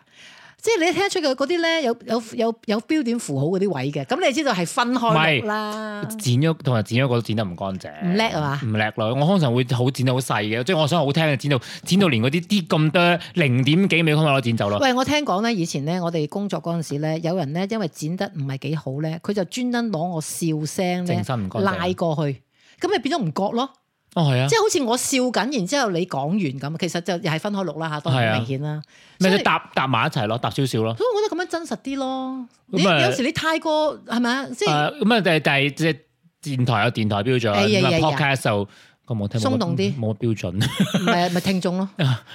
即係你聽得出佢嗰啲咧有有有有標點符號嗰啲位嘅，咁你知道係分開錄啦。剪咗同埋剪咗個剪得唔乾淨，啊唔叻係嘛唔叻咯，我通常會好剪得好細嘅，即係我想好聽嘅剪到剪到連嗰啲啲咁多零點幾秒咁我都剪走咯。喂，我聽講咧，以前咧，我哋工作嗰陣時咧，有人咧因為剪得唔係幾好咧，佢就專登攞我笑聲咧正身唔乾淨拉過去，咁咪變咗唔覺咯。哦，係啊即，係好似我笑緊，然之後你講完咁，其實就又係分開錄啦嚇，當係然啊好明顯啦。所以咪即係搭搭埋一齊咯，搭少少咯。所以我覺得咁樣真實啲咯。你咁啊有時你太過係咪啊？即誒係咁啊，但係但係即係電台有電台標準，哎呀咁啊呀呀 podcast 就個網睇冇乜鬆動啲冇乜標 準。咪咪聽眾咯，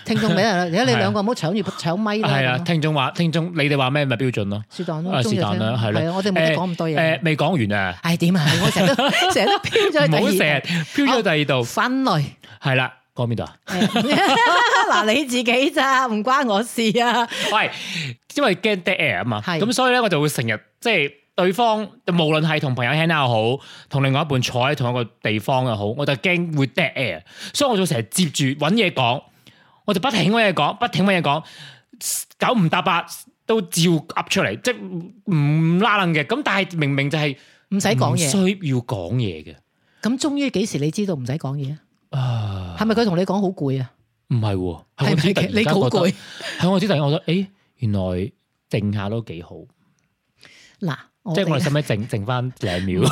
聽眾 俾人啦。而家你係啊兩個唔好搶住搶咪啦。係係啊，聽眾話聽眾，你哋話咩咪標準咯？是但啊咯，是中意就但聽啦，係係啊咯。我哋冇得誒講咁多嘢誒。未講完啊，唉，點啊？我成日都成日都飄咗去唔第好二哦成日飄咗去第二度。分類。係啦，講邊度啊？ 嗱，你自己咋，唔關我事啊。喂，因為驚 dead air 啊嘛，係咁所以咧我就會成日即係對方，無論係同朋友 hang out 又好，同另外一半坐喺同一個地方又好，我就驚會 dead air，所以我就成日接住揾嘢講，我就不停揾嘢講，不停揾嘢講，九唔搭八都照噏出嚟，即係唔唔拉楞嘅。咁但係明明就係唔使講唔需嘢。要講嘢嘅。咁終於幾時你知道唔使講嘢啊？啊，係咪佢同你講好攰啊？唔係喎，係我係咪知突嘅？然間你好覺得攰。係我知突然間覺得，誒原來靜下都幾好。嗱，我即係我哋哋使呢唔使靜靜翻兩秒？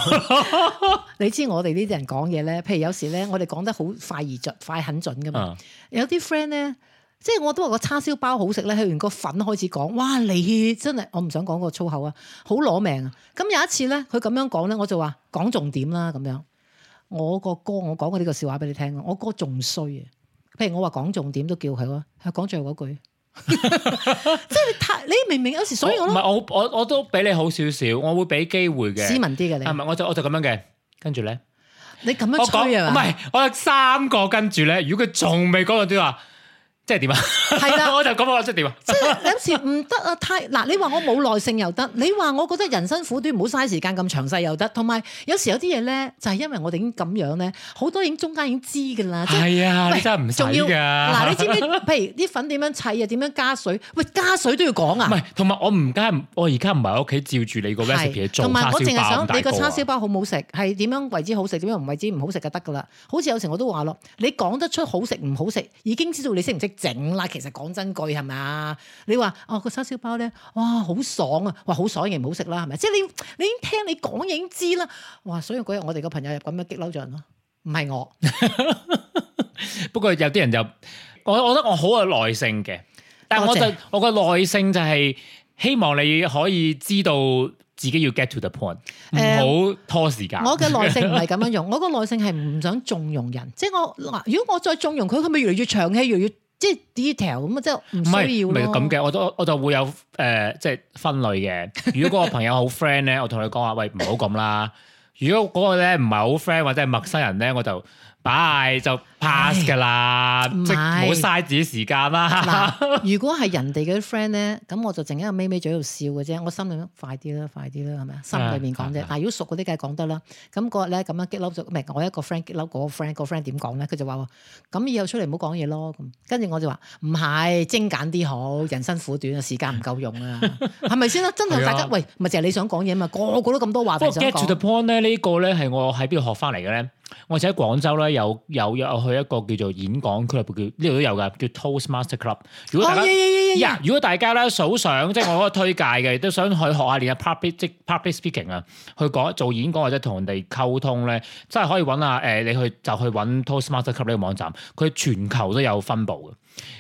你知我哋呢啲人講嘢咧，譬如有時咧，我哋講得好快而準、快很準噶嘛。啊有啲 friend 咧，即係我都話個叉燒包好食咧，佢完個粉開始講，哇！你真係我唔想講個粗口啊，好攞命啊！咁有一次咧，佢咁樣講咧，我就話講重點啦咁樣。我個哥，我講過呢個笑話俾你聽啊，我哥仲衰啊！譬如我話講重點都叫佢啊，佢講最 後嗰句，即係你太你明明有時，所以我唔都係我我我都比你好少少，我會俾機會嘅。斯文啲嘅啊唔你，係我就我就咁樣嘅，跟住咧，你咁我樣講吹啊唔嘛？係我有三個跟住咧，如果佢仲未講到啲話，即係點啊？係 啦我就咁我即係點啊？即係有時唔得啊！太嗱，你話我冇耐性又得，你話我覺得人生苦短，唔好嘥時間咁詳細又得。同埋有時有啲嘢咧，就係、因為我哋已經咁樣咧，好多已經中間已經知㗎啦。即係係啊，喂你真係唔使仲要㗎。嗱，你知唔知？譬如啲粉點樣砌啊？點樣加水？喂，加水都要講 唔啊！係，同埋我唔家唔，我而家唔係喺屋企照住你個 recipe 做同埋叉我淨燒係包想咁大你個個叉啊燒包好唔好食，係點樣為之好食，點樣唔為之唔好食就得㗎啦。好似有時我都話咯，你講得出好食唔好食，已經知道你識唔識整啦。其實講真句係咪啊？你話哦個叉燒包咧，哇好爽啊！哇好爽亦唔好食啦，係咪？即係嗯你你已經聽你講嘢已經知啦。哇！所以嗰日我哋個朋友又咁樣激嬲 咗人咯，唔係我。啊不過有啲人就我我覺得我好有耐性嘅，但係我多謝就我個耐性就係希望你可以知道自己要 get to the point，誒唔好拖時間。我嘅耐性唔係咁樣用，我 個耐性係唔想縱容人，即係我嗱，如果我再縱容佢，佢咪越嚟越長氣，越嚟越即係 detail 咁啊，即唔係唔需係要唔係咯。咁嘅，我都我就會有誒、呃即係分類嘅。如果嗰個朋友好 friend 咧，我同佢講話，喂唔好咁啦。如果嗰個咧唔係好 friend 或者係陌生人咧，我就拜就 pass 噶啦，唔係即係唔好嘥自己時間啦。 嗱，如果係人哋嗰啲 friend 咧，咁我就淨係喺個咪咪嘴度笑嘅啫，我心裏面快啲啦，快啲啦，係咪啊？心裏面講啫啊。但係如果熟嗰啲梗係講得啦。咁嗰日咧咁樣激嬲咗，唔係我一個 friend 激嬲嗰個 friend，個 friend 點講咧？佢就話喎：咁以後出嚟唔好講嘢咯。咁跟住我就話唔係，精簡啲好，人生苦短啊，時間唔夠用 啊，係咪先啦？真係係啊大家喂，咪就係你想講嘢嘛，個個都咁多話題不想過 get to 講 the。point 咧，呢個咧係我喺邊度學翻嚟嘅咧？我就喺廣州咧有有有去一個叫做演講俱樂部，叫呢度都有噶，叫 Toastmaster Club。如果大家哦呀呀呀呀呀如果大家咧數想，即係我嗰個推介嘅，都想去學下練下 public 即 public speaking 啊，去講做演講或者同人哋溝通咧，真係可以揾下誒，你去就去揾 Toastmaster Club 呢個網站，佢全球都有分佈嘅。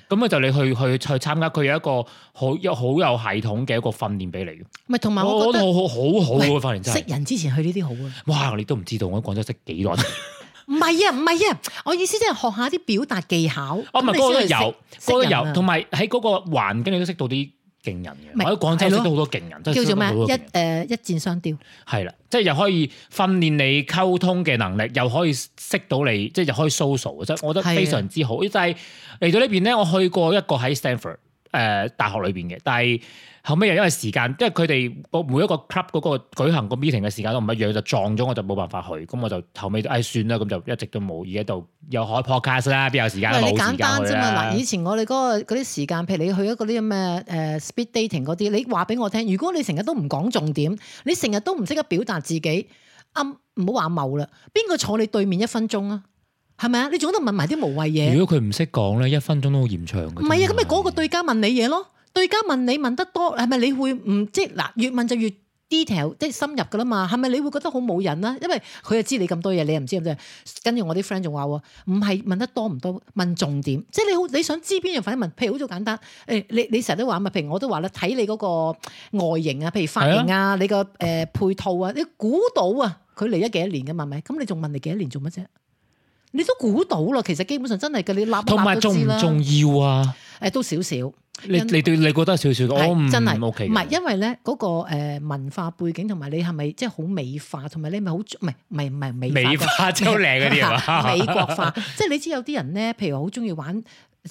咁啊就你去去去參加，佢有一個好有好有系統嘅一個訓練俾你嘅。咪同埋我覺我覺得得好好好好嘅訓練真係識。人之前去呢啲好啊。哇！你都唔知道我喺廣州識幾 耐？唔係啊，唔係啊，我意思即係學下啲表達技巧。哦我唔係嗰個都咁你先有去，識嗰個識人啊有，同埋喺嗰個環境你都識到啲勁人嘅。咪我喺廣州係識咯到好多勁人，真係叫識做到咩啊好多勁一人誒一箭雙雕。係啦，即係又可以訓練你溝通嘅能力，又可以識到你，即係又可以 social，即係我覺得係啊非常之好。但係嚟到呢邊咧，我去過一個喺 Stanford 誒、大學裏邊嘅，但係後尾又因為時間，因為佢哋個每一個 club 嗰個舉行個 meeting 嘅時間都唔一樣，就撞咗我就冇辦法去，咁我就後尾都唉算啦，咁就一直都冇，而家就又開 podcast 啦，邊有時間啊喂，冇你時簡單間去啫嘛！啦嗱，以。前我哋嗰個嗰啲時間，譬如你去一個啲咁嘅誒 speed dating 嗰啲，你話俾我聽，如果你成日都唔講重點，你成日都唔識得表達自己，啊唔好話茂啦，邊個坐你對面一分鐘啊？係咪啊？你仲喺度問埋啲無謂嘢？如果佢唔識講咧，一分鐘都好嫌長嘅。唔係啊，咁咪嗰個對家問你嘢咯，對家問你問得多，係咪你會唔即係嗱越問就越 detail 即係深入噶啦嘛？係咪你會覺得好冇癮啦？因為佢又知你咁多嘢，你又唔知咁多嘢。跟住我啲 friend 仲話喎，唔係問得多唔多，問重點，即係你好你想知邊樣快啲問。譬如好似好簡單，誒、你你成日都話嘛，譬如我都話啦，睇你嗰個外形啊，譬如髮型啊，你個誒、呃配套啊，你估到啊，佢嚟咗幾多年噶嘛？係咪咁你仲問你幾多年做乜啫？你都估到啦，其實基本上真係嘅，你立同埋重唔重要啊？誒都少少。你因你對你覺得少少，我唔係真係 OK 唔係嘅。因為咧嗰個誒文化背景同埋你係咪即係好美化，同埋你係咪好唔係唔係唔係美美化化周靚嗰啲係嘛？美國化，即係你知有啲人咧，譬如好中意玩。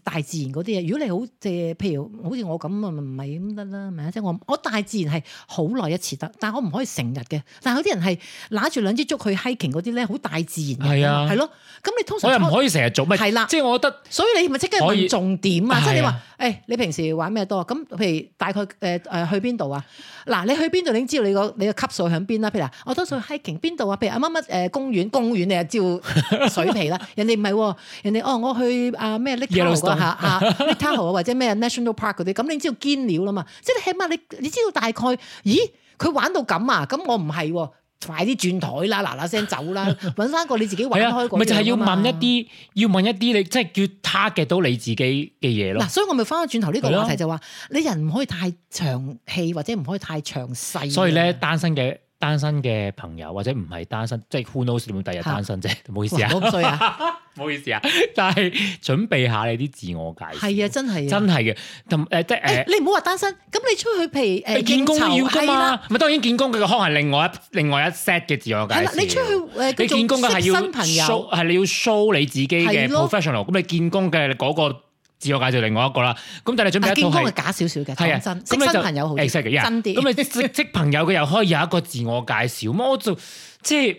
大自然嗰啲嘢，如果你好即譬如好似我咁啊，咪唔係咁得啦，係咪啊？即係我我大自然係好耐一次得，但係我唔可以成日嘅。但係有啲人係揦住兩支竹去 hiking 嗰啲咧，好大自然嘅係啊 係咯。咁你通常我又唔可以成日做，咪係啦即係我覺得所以你咪即刻可以問重點啊！即係你係話啊，誒你平時玩咩多？咁譬如大概誒誒、呃去邊度啊？嗱，你去邊度你已經知道你個你個級數喺邊啦。譬如嗱，我多數去 hiking 邊度啊？譬如啊乜乜誒公園， 公園你就照水 皮啦。人哋唔係喎，人哋哦我去啊咩 Lake Tahoe 嗰 Yellowstone 下啊 Lake Tahoe 啊或者咩 National Park 嗰啲，咁你知道堅料啦嘛。即係你起碼你你知道大概，咦佢玩到咁啊？咁我唔係喎。快啲轉台啦，嗱嗱聲走 啦，揾翻個你自己玩係開啊嗰，咪就係樣要啊嘛問一啲，要問一啲你即係叫 target 到你自己嘅嘢咯嗱，。所以我咪翻返轉頭呢個係咯話題就話，你人唔可以太長氣，或者唔可以太詳細。啊所以咧，，單身嘅單身嘅朋友或者唔係單身，即係 who knows 你會第日單 身啫，唔好意思哇，啊，好 衰啊！唔好意思啊，但係準備下你啲自我介紹，係啊，真係啊真，係嘅，同誒即係誒誒。你唔好話單身，咁你出去譬如你誒見工要應酬噶係嘛啦，？咪當然見工佢個腔係另外一另外一 set 嘅自我介係啦紹。，你出去誒，你見工嘅係要新朋 show 友，啊係你要 show 你自己嘅係咯 professional，咁你見工嘅嗰個自我介紹另外一個啦。咁但係你準但備一見套工係係假少少嘅，係啊，講真，咁識你就新朋友好 exactly, yeah 真啲。咁你識識朋友，佢又可以有一個自我介紹。咁我就即係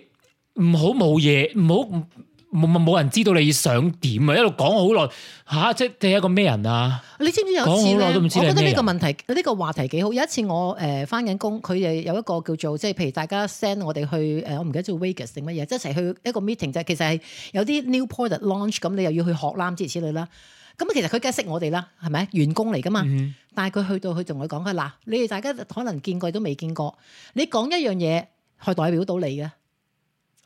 唔好冇嘢，唔好冇冇冇人知道你想點啊！一路講好耐吓，即係你係一個咩人啊？你知唔知有一次講好耐咧？都唔我知你係覺得咩呢個人問題呢個話題幾好。有一次我誒翻緊工，佢哋有一個叫做即係譬如大家 send 我哋去呃誒，我唔記得做 Vegas 定乜嘢，即係一齊去一個 meeting 就係其實係有啲 new product launch，咁你又要去學啦，諸如此類啦。咁其實佢梗係識我哋啦，係咪員工嚟噶嗯嘛？但係佢去到佢同我講佢嗱，你哋大家可能見過都未見過，你講一樣嘢係代表到你嘅。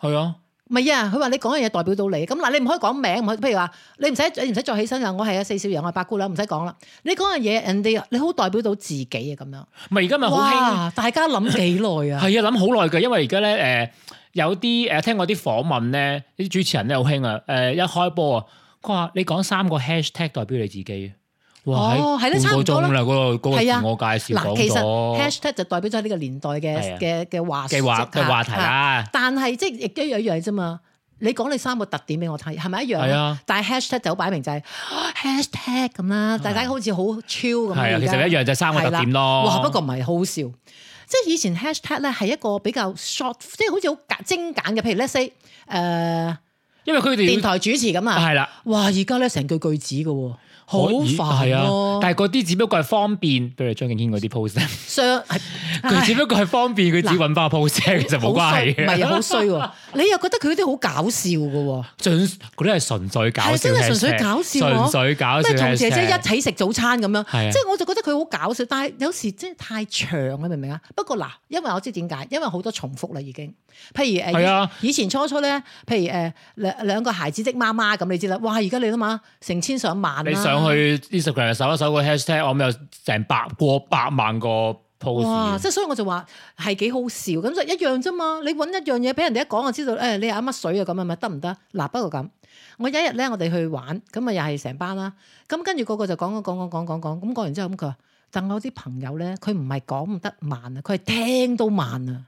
係啊，唔係啊，佢話你講樣嘢代表到你，咁嗱你唔可以講名，唔可以譬如話你唔使你唔使再起身啦，我係啊四少爺，我係八姑娘，唔使講啦。你講樣嘢，人哋你好代表到自己啊咁樣。咪而家咪好興。啊哇！大家諗幾 耐啊？係啊，諗好耐㗎，因為而家咧誒有啲誒、呃、聽過啲訪問咧，啲主持人咧好興啊誒一開波啊，佢話你講三個 hashtag 代表你自己啊，哇，哦係半啦差個唔多啦鐘啦，嗰個嗰個係啊自我介紹嗱，講其實咗 hashtag 就代表咗呢個年代係嘅啊嘅嘅話嘅話術嘅話題。嚇啦，但係即係亦都一樣啫嘛。你講你三個特點俾我睇，係咪一樣？係啊。但係 hashtag 就好擺明就係啊 hashtag 咁啦，大家好似好超咁樣。係啊，而其家實一樣就係三個特點咯。哇！不過唔係好好笑，即係以前 hashtag 咧係一個比較 short，即係好似好簡精簡嘅，譬如 let's say 誒、呃、因為佢電哋台主持咁啊，係啦，哇！而家咧成句句子嘅喎，好可以煩咯、但係嗰啲只不過係方便，譬如張敬軒嗰啲 post，上佢只唉不過係方便，佢只揾翻個 post 啫其實冇好關衰係啊唔係啊嘅。又好衰喎，你又覺得佢啲好搞笑嘅喎。 純嗰啲係純粹搞笑，係真係純粹搞笑喎純粹搞笑即係同姐姐 hashtag 一起食早餐咁樣，係啊即係我就覺得佢好搞笑，但係有時真係太長啦，明唔明啊？不過嗱，因為我知點解，因為好多重複啦已經。譬如誒，係啊以以前初初咧，譬如誒兩兩個孩子的媽媽咁，你知啦。哇！而家你諗下，成千上萬啦你上去 Instagram 搜一搜個 hashtag，我諗有成百過百萬個哇！ post 嘅。即係所以我就話係幾好笑，咁就一樣啫嘛。你揾一樣嘢俾人哋一講，就知道誒、你係啱乜水啊咁啊咪得唔得？嗱，不過咁，我有一日咧，我哋去玩，咁啊又係成班啦。咁跟住個個就講講講講講講講，咁講完之後咁佢話，但我啲朋友咧，佢唔係講唔得慢啊，佢係聽到慢啊。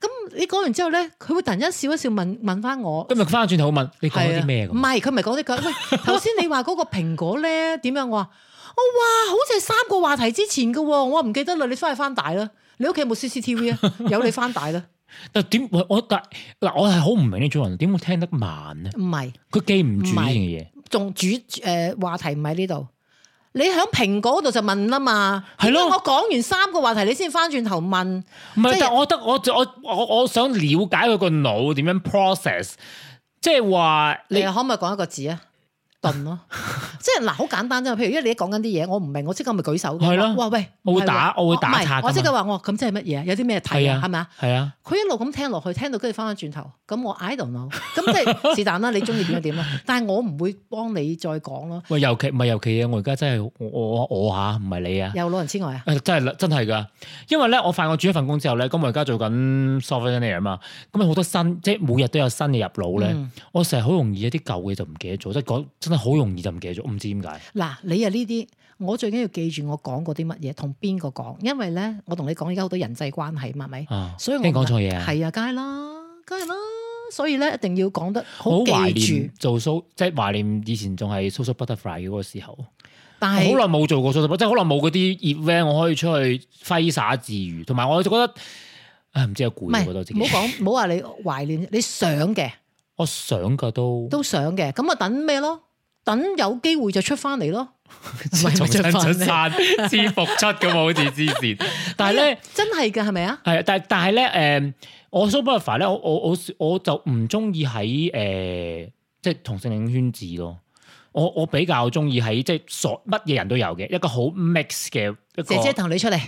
咁你講完之後咧，佢會突然間笑一笑問問翻我。今日翻轉頭問你講係咗啊啲咩唔咁？係，佢唔係講啲佢。喂，頭先你話嗰個蘋果咧點樣？我話我哇，好似係三個話題之前嘅喎，我話唔記得啦，你翻去翻大啦。你屋企有 冇 CCTV 啊？有你翻大啦。但點我我但嗱我係好唔明呢種人點會聽得慢咧？唔係，佢記唔住唔係呢樣嘢，仲主誒、呃、話題唔喺呢度。你喺蘋果嗰度就問啦嘛，係咯點解我講完三個話題，你先翻轉頭問，唔即係係但我覺得我就我我我想了解佢個腦點樣 process，即係話你你可唔可以講一個字啊？頓 咯。即係嗱，好簡單啫嘛。譬如因為你一講緊啲嘢，我唔明，我即刻咪舉手嘅。係咯哇喂，我會係喎打我會打唔係岔㗎我即嘛刻話我咁即係乜嘢啊？有啲咩睇係啊？啊係咪啊？系啊，佢一路咁聽落去，聽到跟住翻返轉頭，咁我 I don't know，咁即 係是但啦，你中意點就點啦。但係我唔會幫你再講咯，喂，尤其唔係尤其啊，我而家真係我我我吓，唔係你啊。又老人痴呆啊，誒真係真係㗎，因為咧我發現我轉咗份工之後咧，咁我而家做緊 software engineer 啊嘛，咁有好多新，即係每日都有新嘢入腦咧，嗯我成日好容易一啲舊嘅就唔記得咗，即係講真係好容易就唔記得咗，唔知點解。嗱你啊呢啲，我最緊要記住我講過啲乜嘢，同邊個講，因為咧我同你講而家好多人際關係嘛，係咪？啊，所以我驚講錯嘢啊！係啊，梗係啦，梗係啦，所以咧一定要講得我好好懷記念住，做 so，即係懷念以前仲係 social butterfly 嘅嗰個時候，但好係。耐冇做過 social，butterfly，即係好耐冇嗰啲 event，我可以出去揮灑自如，同埋我就覺得，唉唔知有唔攰啊，係，覺得自唔己，好講，唔好話你懷念，你想嘅 我想㗎都，都想嘅，咁啊等咩咯？等有機會就出翻嚟 咯，唔係重咪新出出翻嚟？山， 知復出咁啊，好似之前， 但係咧。真係嘅係咪啊？係，但但係咧，誒、我 s u p e r f i 咧，我我我我就唔中意喺誒，即係同性戀圈子咯。我我比較中意喺即係所乜嘢人都有嘅一個好 mix 嘅一個。姐姐同你出嚟，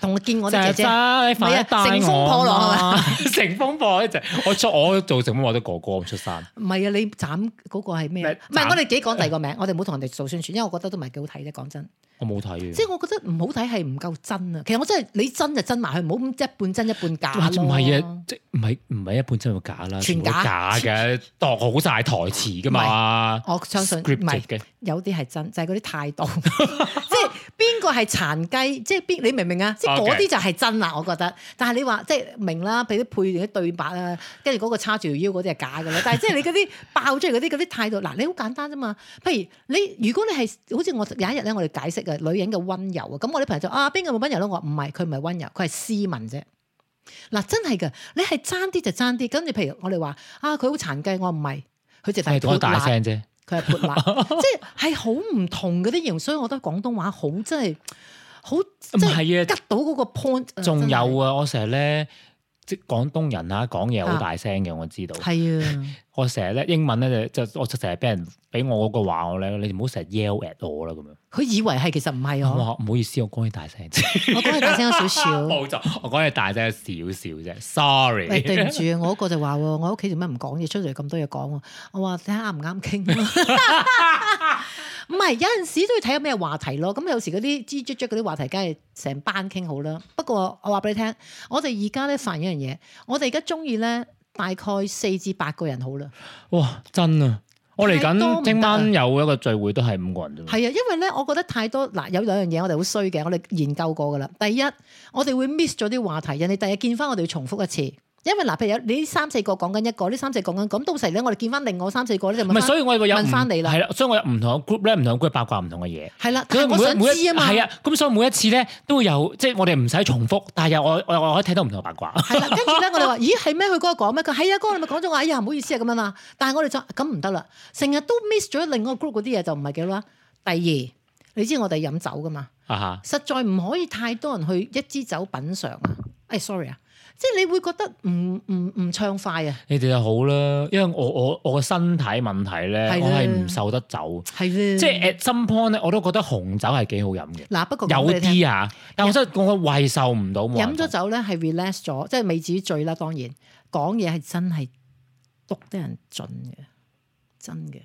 同我見我哋姐姐，你唔係快啊啲帶乘風破我浪啊啦！ 乘風破浪一隻，我出我做乘風破浪都哥哥咁出山。唔係啊，你斬嗰個係咩咩？啊唔係斬我哋幾講第二個名，我哋唔好同人哋做宣傳，因為我覺得都唔係幾好睇啫。講真，我冇睇即係我覺得唔好睇係唔夠真啊。其實我真係你真就真埋去，唔好咁一半真一半假哇咯唔係啊，即係唔係唔係一半真係假啦，全全部都假假嘅，度好晒台詞噶嘛。我相信唔 scripted 係嘅。有啲係真，就係嗰啲態度， 即係邊個係殘雞，即係邊你明唔明啊？即係嗰 OK 啲就係真啦，我覺得。但係你話即係明啦，俾啲配段啲對白啊，跟住嗰個叉住條腰嗰啲係假㗎啦。但係即係你嗰啲爆出嚟嗰啲嗰啲態度，嗱你好簡單啫嘛。譬如你如果你係好似我有一日咧，我哋解釋啊女人嘅温柔啊，咁我啲朋友就啊邊個冇温柔咯？我話唔係，佢唔係温柔，佢係斯文啫。嗱真係㗎，你係爭啲就爭啲，跟住譬如我哋話啊佢好殘雞，我話唔係，佢直頭係係講得潑大辣聲啫。佢係潑 辣，即係係好唔同嘅啲形容，所以我覺得廣東話好真係好唔即係係啊，吉到嗰個 point 啊。仲有啊，啊，我成日咧，即係廣東人啊，講嘢好大聲嘅，我知道。係啊，我成日咧英文咧就就我就成日俾人俾我嗰個話我咧，你唔好成日 yell at 我啦咁樣。佢以為係，其實唔係我 我，話唔好意思，我講嘢大聲啫，我講嘢大哦聲咗少少。冇錯， 我講嘢大聲少少啫喂，對，sorry。唔住啊，我嗰個就話喎，我屋企做咩唔講嘢，出咗嚟咁多嘢講喎。我話睇下啱唔啱傾咯。 唔係，有陣時都要睇有咩話題咯。咁有時嗰啲吱吱吱嗰啲話題，梗係成班傾好啦。不過我話俾你聽，我哋而家咧發現一樣嘢，我哋而家中意咧大概四至八個人好啦。 哇，真啊！我嚟太多唔緊得啊聽晚有一個聚會，都係五個人啫係。啊，因為咧，我覺得太多嗱，有兩樣嘢我哋好衰嘅，我哋研究過噶啦。第一，我哋會 miss 咗啲話題，人哋第日見翻我哋要重複一次，因為嗱，譬如有你呢三四個講緊一個，呢三四個講緊，咁到時咧我哋見翻另外三四個咧就唔問係，翻，所以我有問返你啦係啦，所以我有唔同嘅 group 咧，唔同嘅 group 八卦唔同嘅嘢。係啦，所以但係我每想每一知啊嘛，係啊，咁所以每一次咧都會有，即係我哋唔使重複，但係又我我我可以睇到唔同嘅八卦。係啦，跟住咧，我哋話： 咦，係咩？佢嗰個講咩？佢係啊，嗰個你咪講咗我，哎呀，唔好意思啊，咁樣啦。但係我哋就咁唔得啦，成日都 miss 咗另一個 group 嗰啲嘢，就唔係幾好啦。第二，你知我哋飲酒噶嘛？ 啊哈！實在唔可以太多人去一支酒品嚐啊！誒、s o r r y 啊，即係你會覺得唔唔唔暢快啊，你哋就好啦，因為我我我個身體問題咧，係啦嗯我係唔受得酒，係咧即係 at some point 咧，我都覺得紅酒係幾好飲嘅，嗱，不過講有俾你聽，啲啊，但我真係我個胃受唔到，冇飲辦法咗酒咧係 relax 咗，即係未至於醉啦。當然講嘢係真係督得人盡嘅，真嘅。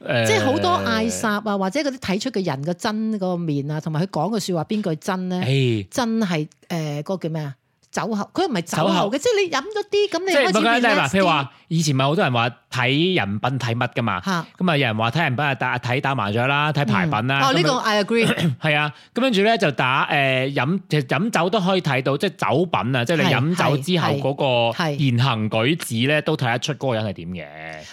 誒即係好多嗌霎啊，或者嗰啲睇出嘅人嘅真個面啊，同埋佢講嘅説話邊句真咧，誒真係誒、呃嗰個叫咩啊？酒後佢唔係酒酒後後嘅，即係你飲咗啲咁，你即係開始講緊 relax 嗱，譬如啲話以前咪好多人話睇人品睇乜噶嘛，嚇咁啊有人話睇人品係打睇打麻雀啦，睇牌品啦，哦，呢咁個啊 I agree，係啊，咁跟住咧就打誒飲，其實飲酒都可以睇到，即係酒品啊，即係你係飲酒之後係嗰個係言行舉止咧，都睇得出嗰個人係點嘅。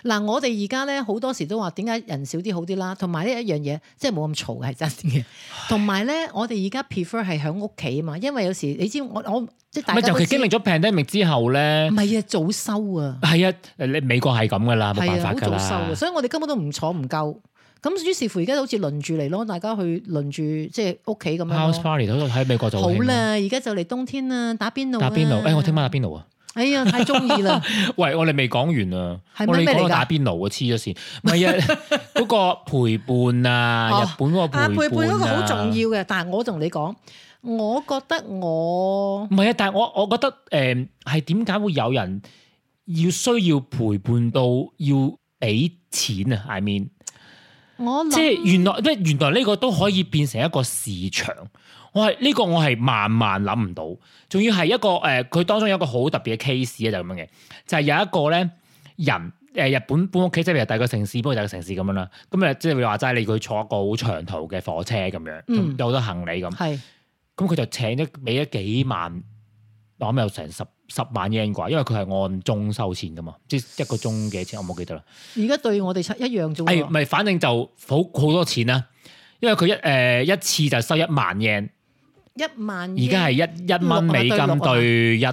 嗱，我哋而家咧好多時都話點解人少啲好啲啦，同埋呢一樣嘢即係冇咁嘈係真嘅，同埋咧我哋而家 prefer 係喺屋企啊嘛，因為有時你知我我即係唔大啊係，家尤都其知經歷咗 pandemic 之後咧唔，係啊早收啊，係啊，你美國係咁噶啦，冇係辦啊法好噶早收啊，啦。所以我哋根本都唔坐唔夠，咁於是乎而家好似輪住嚟咯，大家去輪住即係屋企咁 House 樣咯 party 都喺美國就好興啦，而家就嚟冬天啦，打邊爐啊哎打邊爐。誒，我聽晚打邊爐啊，哎呀，太中意啦！喂，我哋未講完啊，係咩我哋咩嚟講㗎到打邊爐啊，黐咗線。唔係啊，嗰個陪伴啊，哦日本嗰個啊， 陪陪伴嗰個啊好重要。嘅，但係我同你講，我覺得我唔係啊，但係我我覺得誒係點解會有人要需要陪伴到要俾錢啊？I mean，我即係諗原來即係原來呢個都可以變成一個市場。我係呢、個我係萬萬諗唔到，仲要係一個誒，佢、當中有一個好特別嘅 case 啊咧，就係咁樣嘅，就係、有一個咧人。誒日本搬屋企，即係譬如第二個城市搬去第二個城市咁樣啦，咁誒即係你話齋，你佢坐一個好長途嘅火車咁樣，嗯有好多行李咁，係咁佢就請咗俾咗幾萬，我諗有成十十萬 yen 啩，因為佢係按鐘收錢噶嘛，即係一個鐘幾錢，我冇記得啦。而家對我哋七一樣啫誒喎唔。係，反正就好好多錢啦。因為佢一誒、一次就收一萬 yen，一萬而家係一一蚊美六啊金對對一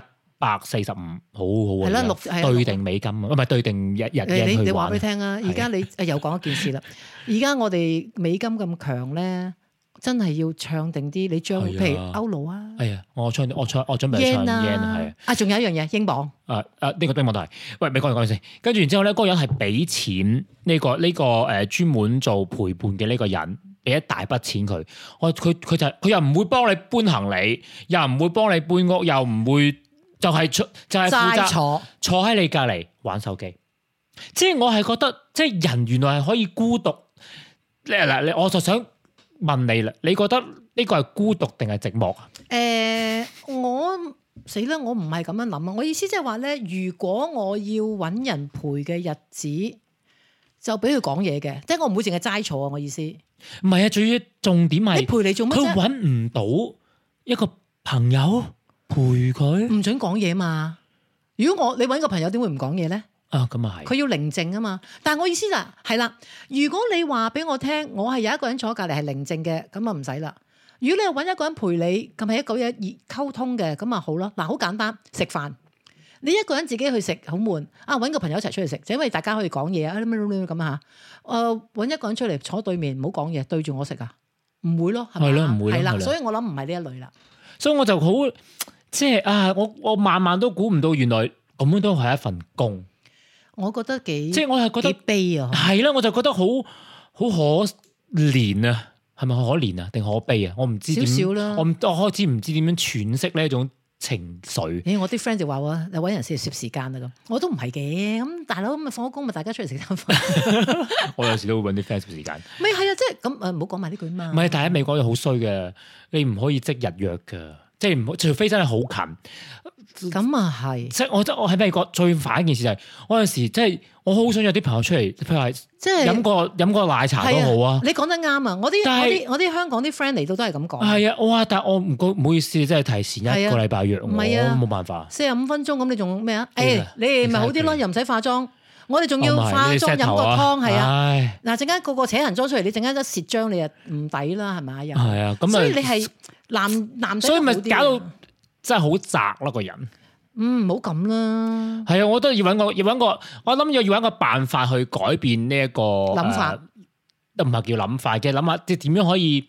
百四十五，好好啊！係啦而家六係啊對六定美金啊，唔係對定日日誒你 yen 你去話玩俾佢。聽啊！而家你誒又講一件事啦。而家我哋美金咁強咧，真係要唱定啲你將係啊譬如歐羅啊、哎呀，我唱我唱我準備唱 yen yen 係啊啊，啊仲有一樣嘢英鎊。啊啊！呢、個冰幕都係，喂，咪講完講完先。跟住然之後咧，嗰、個人係俾錢呢、個呢、個誒、專門做陪伴嘅呢個人，俾一大筆錢佢。我佢佢就係佢又唔會幫你搬行李，又唔會幫你搬屋，又唔會就係、出就係、負責齋坐，坐喺你隔離玩手機。即係我係覺得，即係人原來係可以孤獨。你嗱，你我就想問你啦，你覺得呢個係孤獨定係寂寞啊？誒、我死啦！我唔係咁樣諗啊！我意思即係話咧，如果我要揾人陪嘅日子，就俾佢講嘢嘅，即係我唔會淨係齋坐啊！我意思，你唔係啊，最要重點係陪你做乜佢啫？揾唔到一個朋友陪佢唔准講嘢嘛！如果我你揾個朋友點會唔講嘢咧？啊，咁啊係佢要寧靜啊嘛。但係我意思就係係啦，如果你話俾我聽，我係有一個人坐隔離係寧靜嘅，咁啊唔使啦。如果你係揾一個人陪你，咁係一個人而溝通嘅，咁啊好咯。嗱，好簡單，食飯。你一個人自己去食好悶啊！揾個朋友一齊出去食，就因為大家可以講嘢啊咩咩咩咁啊嚇。誒揾一個人出嚟坐對面，唔好講嘢，對住我食啊，唔會咯，係咪係咯唔會咯係係啦，啦所以我諗唔係呢一類啦。所以我就好即係啊，我我萬萬都估唔到，原來咁樣都係一份工，我覺得幾即係我係覺幾得悲啊！係啦，我就覺得好好可憐啊，係咪可憐啊定可悲啊？我唔知點少少啦我唔我開始唔知點樣詮釋呢一種情 緒。咦，我啲 friend 就話喎，你揾人先攝時間啊啦咁，我都唔係嘅，咁大佬咁咪放咗工咪大家出嚟食餐飯， 我有時都會揾啲 fans 時間，咪係啊，即係咁誒，唔好講埋呢句嘛。唔係，但係喺美國又好衰嘅，你唔可以即日約㗎，即係唔好，除非真係好近。咁啊係，即係我覺得我喺美國最煩一件事就係、我有陣時即係我好想約啲朋友出嚟，譬如係即係飲個飲個奶茶都好係啊。你講得啱啊！我啲但我係啲我啲香港啲 friend 嚟到都係咁講，係啊，哇！但係我唔該唔好意思，真係提前一個禮拜約我，啊唔係啊冇辦法。四十五分鐘咁你仲咩啊？係誒啊，你哋咪好啲咯， exactly 又唔使化妝，我哋仲要我咪化哦你妝 set 飲頭個湯係啊！唉，嗱，陣間個個扯人妝出嚟，你陣間一蝕漿你就唔抵啦，係咪又係啊，咁啊，所以你係男男仔所以咪好啲搞到啊真係好窄咯個人。嗯，唔好咁啦。係啊，我覺得要揾個要揾個，我諗要要揾個辦法去改變呢、一個諗法呃都唔係叫諗法嘅，諗下即係點樣可以，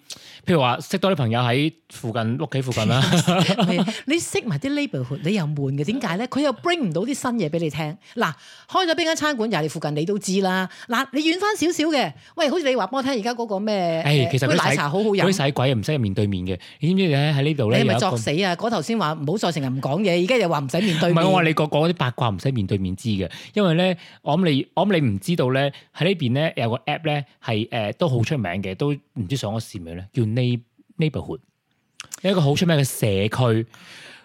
譬如話識多啲朋友喺附近屋企附 近啦。係啊，你識埋啲 neighborhood，你又悶嘅，點解咧？佢又 bring 唔到啲新嘢俾你聽。嗱，開咗邊間餐館，又係你附近，你都知啦。嗱，你遠翻少少嘅，喂，好似你話俾我聽，而家嗰個咩？誒，哎其實嗰誒杯啲奶洗茶好好嗰飲，啲洗鬼啊，唔使面對面嘅。你知唔知你喺喺呢度咧？你係有咪一個作死啊？嗰頭先話唔好再成日唔講嘢，而家又話唔使面對唔面。係我話你個講嗰啲八卦唔使面對面知嘅，因為咧，我諗你我諗你唔知道咧，喺呢邊咧有個 app 咧係誒都好出名嘅，都唔知上咗市未咧，叫 Neigh Neighborhood，有一個好出名嘅社區。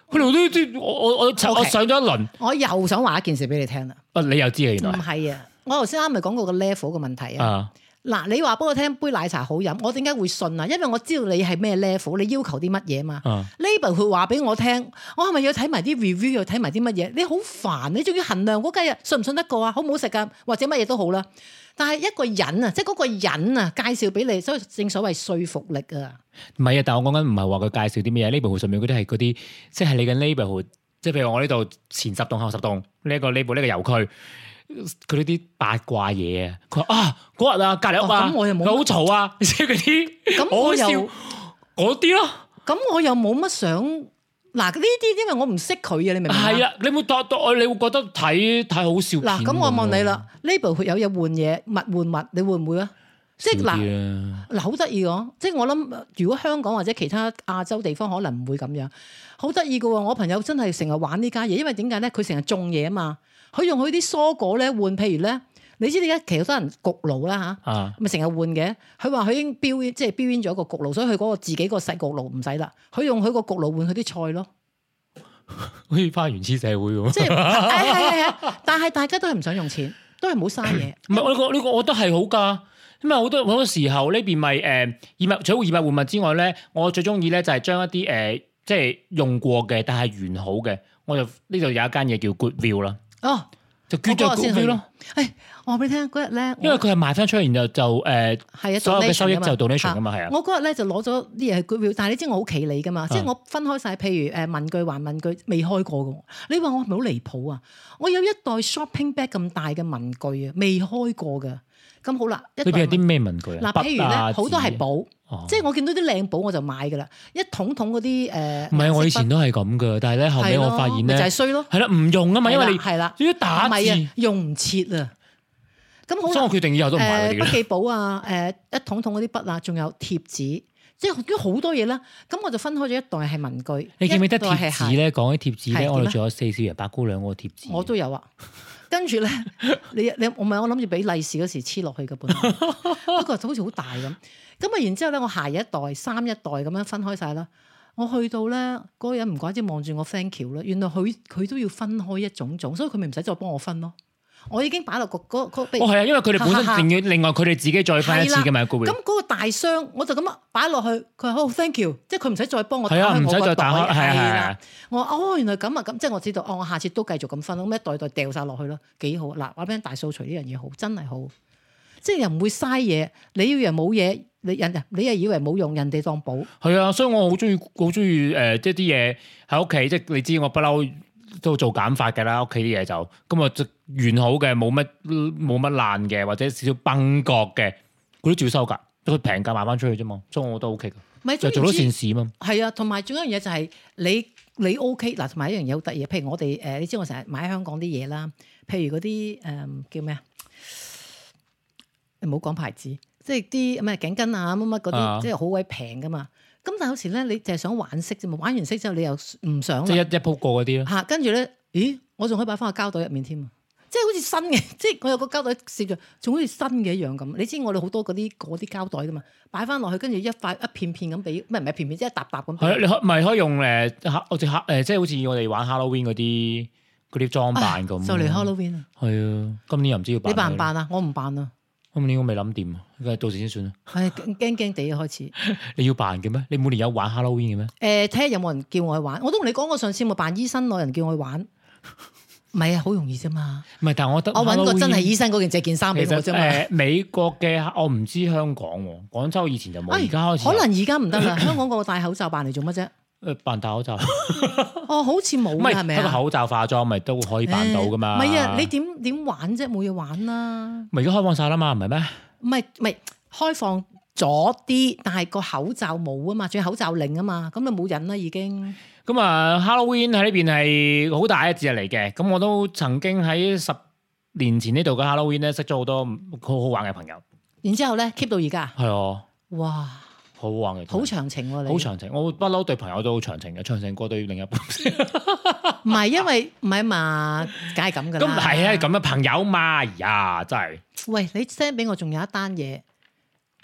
佢哋都知我我我我 OK 上咗一輪，我又想話一件事俾你聽啦。啊你又知嘅原唔來係啊，我頭先啱咪講過個 level 嘅問題啊。啊嗱，你話俾我聽杯奶茶好飲，我點解會信啊？因為我知道你係咩 level，你要求啲乜嘢嘛。啊 label 佢話俾我聽，我係咪要睇埋啲 review，要睇埋啲乜嘢？你好煩，你仲要衡量嗰雞啊，信唔信得過啊，好唔好食啊，或者乜嘢都好啦。但係一個人啊，即係嗰個人啊，介紹俾你，所以正所謂說服力啊。唔係啊，但係我講緊唔係話佢介紹啲咩嘢，neighborhood 上面嗰啲係嗰啲，即係你嘅 neighborhood，即係譬如我呢度前十棟後十棟呢一個 neighborhood 呢個郵區，佢呢啲八卦嘢啊，佢話啊嗰日啊隔離屋啊，哦咁我又冇佢好嘈 啊，即係嗰啲，咁我我好又笑嗰啲咯，咁我又冇乜想嗱呢啲因為我唔識佢啊，你明唔明啊係？啦，你會當當你會覺得睇睇好笑嗱，片咁我喎問你啦，呢部有嘢換嘢物換物，你會唔會啊？即係少嗱。啲啊嗱，好得意㗎，即係我諗，呃如果香港或者其他亞洲地方可能唔會咁樣，好得意嘅喎。我朋友真係成日玩呢家嘢，因為點解咧？佢成日種嘢啊嘛，佢用佢啲蔬果咧換，譬如咧，你知而家其實好多人焗爐啦吓，啊，咪成日換嘅。佢話佢已經標即係標煙咗個焗爐，所以佢嗰個自己個細焗爐唔使啦，佢用佢個焗爐換佢啲菜咯。好似花園黐社會咁。即係係係係係，但係大家都係唔想用錢，都係唔好嘥嘢。唔係我呢個呢個，我覺得係好㗎。因為好多好多時候呢邊咪誒以物除咗以物換物之外咧，我最中意咧就係將一啲誒、呃即係用過嘅但係完好嘅，我就呢度有一間嘢叫 Goodview 啦，哦，就捐咗我嗰日先 Goodview 去咯，誒，我話俾你聽嗰日咧，因為我佢係賣翻出去，然後就誒、呃係啊，所有嘅收益 donation 㗎嘛就 donation 㗎嘛，係啊，我嗰日咧就攞咗啲嘢去 goodwill，但係你知我好企理噶嘛，即係嗯我分開晒，譬如誒文具還文具未開過嘅，你話我係咪好離譜啊？我有一袋 shopping bag 咁大嘅文具啊，未開過嘅，咁好啦，一裏邊袋有啲文咩文具啊？嗱，譬如筆啊咧好多係，紙寶，哦即係我見到啲靚寶我就買噶啦，一桶桶嗰啲誒，唔係啊我以前都都係咁㗎，但係咧後尾我發現就係咧衰咯，係啦唔用啊嘛，因為係啦，你要打唔字，係啊所，用唔切啊，咁好以啦我。決定以後都唔買嗰啲誒筆啦。記簿啊，誒一桶桶嗰啲筆啊，仲有貼紙，即係好多嘢啦。咁我就分開咗一袋係文具，你記唔記一得袋貼係紙鞋？咧？講起貼紙係咧，點我哋啊仲有四少爺八姑娘嗰個貼紙。我都有啊。跟住咧，你你我唔係我諗住俾利是嗰時黐落去嘅本，不過就好似好大咁。咁啊，然之後咧，我鞋一袋、衫一袋咁樣分開晒啦。我去到咧，嗰、個人唔怪之望住我 thank you 啦。原來佢佢都要分開一種種，所以佢咪唔使再幫我分咯。我已經擺落個嗰嗰哦，係啊，因為佢哋本身哈哈哈仲要另外佢哋自己再翻一次嘅嘛，顧咁嗰個大箱我就咁擺落去，佢話好 thank you，即係佢唔使再幫我打係啊，開唔我使個再袋，打開，係啊係啊係係啦啊。。我話哦，原來咁啊咁，即係我知道哦，我下次都繼續咁分咯，咁一袋袋掉晒落去咯，幾好嗱！話俾人大掃除呢樣嘢好，真係好，即係又唔會嘥嘢。你以為冇嘢，你人你又以為冇用，人哋當寶。係啊，所以我好中意，好中意誒，即係啲嘢喺屋企，即係你知我不嬲都做減法㗎啦，屋企啲嘢就咁啊，就完好嘅，冇乜冇乜爛嘅，或者少少崩角嘅，佢都照收㗎，佢平價賣翻出去啫嘛，所以我覺得 OK 㗎，咪就做到善事嘛。係啊，同埋仲有一樣嘢就係你你 OK 嗱，同埋一樣嘢好得意，譬如我哋誒、呃你知我成日買香港啲嘢啦，譬如嗰啲誒叫咩啊？唔好講牌子，即係啲咩頸巾啊乜乜嗰啊啲，即係好鬼平噶嘛。咁但係有時咧，你就係想玩色啫嘛，玩完色之後你又唔想即係啦一一鋪過嗰啲咯。嚇，跟住咧，咦，我仲可以擺翻個膠袋入面添啊！即係好似新嘅，即 係我有個膠袋攝住，仲好似新嘅一樣咁。你知我哋好多嗰啲嗰啲膠袋噶嘛，擺翻落去，跟住一塊一片片咁俾，唔係唔係片片，即係一沓沓咁俾係啊，你可咪可以用誒黑我哋黑誒，即係好似我哋玩 Halloween 嗰啲嗰啲裝扮咁。哎就嚟 Halloween 啊！係啊，今年又唔知要你扮咩唔扮啊？我唔扮啊！今年我未諗掂，梗係到時先算啦。唉，驚驚地啊，開始。你要扮嘅咩？你每年有玩 Halloween 嘅咩？誒，睇下有冇人叫我去玩。我都同你講過，上次我扮醫生，有人叫我去玩。唔係啊，好容易啫嘛。唔係，但係我覺得我揾個真係 Halloween- 醫生嗰件借件衫俾其我實誒、啫嘛。美國嘅我唔知香港喎，廣州以前就冇，哎而家開始有可能而家唔得啦，香港個個戴口罩扮嚟做乜啫？呃扮戴口 罩，唔哦，好似冇啦，係咪係個啊？口罩化妝咪都可以扮到噶嘛？誒唔係啊，你點點玩啫？冇嘢玩啦。咪而家開放晒啦嘛，唔係咩？唔係唔係開放咗啲，但係個口罩冇啊嘛，仲有口罩令啊嘛，咁你冇癮啦已經。咁啊，Halloween 喺呢邊係好大嘅節日嚟嘅。咁我都曾經喺十年前呢度嘅 Halloween 咧，識咗好多好好玩嘅朋友。然之後咧 keep 到而家，係啊，哇，好好玩嘅，好長情喎你。好長情。我不嬲對朋友都好長情嘅，長情過對另一半。唔係因為唔係嘛，梗係咁噶咁啦。係啊，咁嘅朋友嘛，哎呀，真係喂，你 send 俾我仲有一單嘢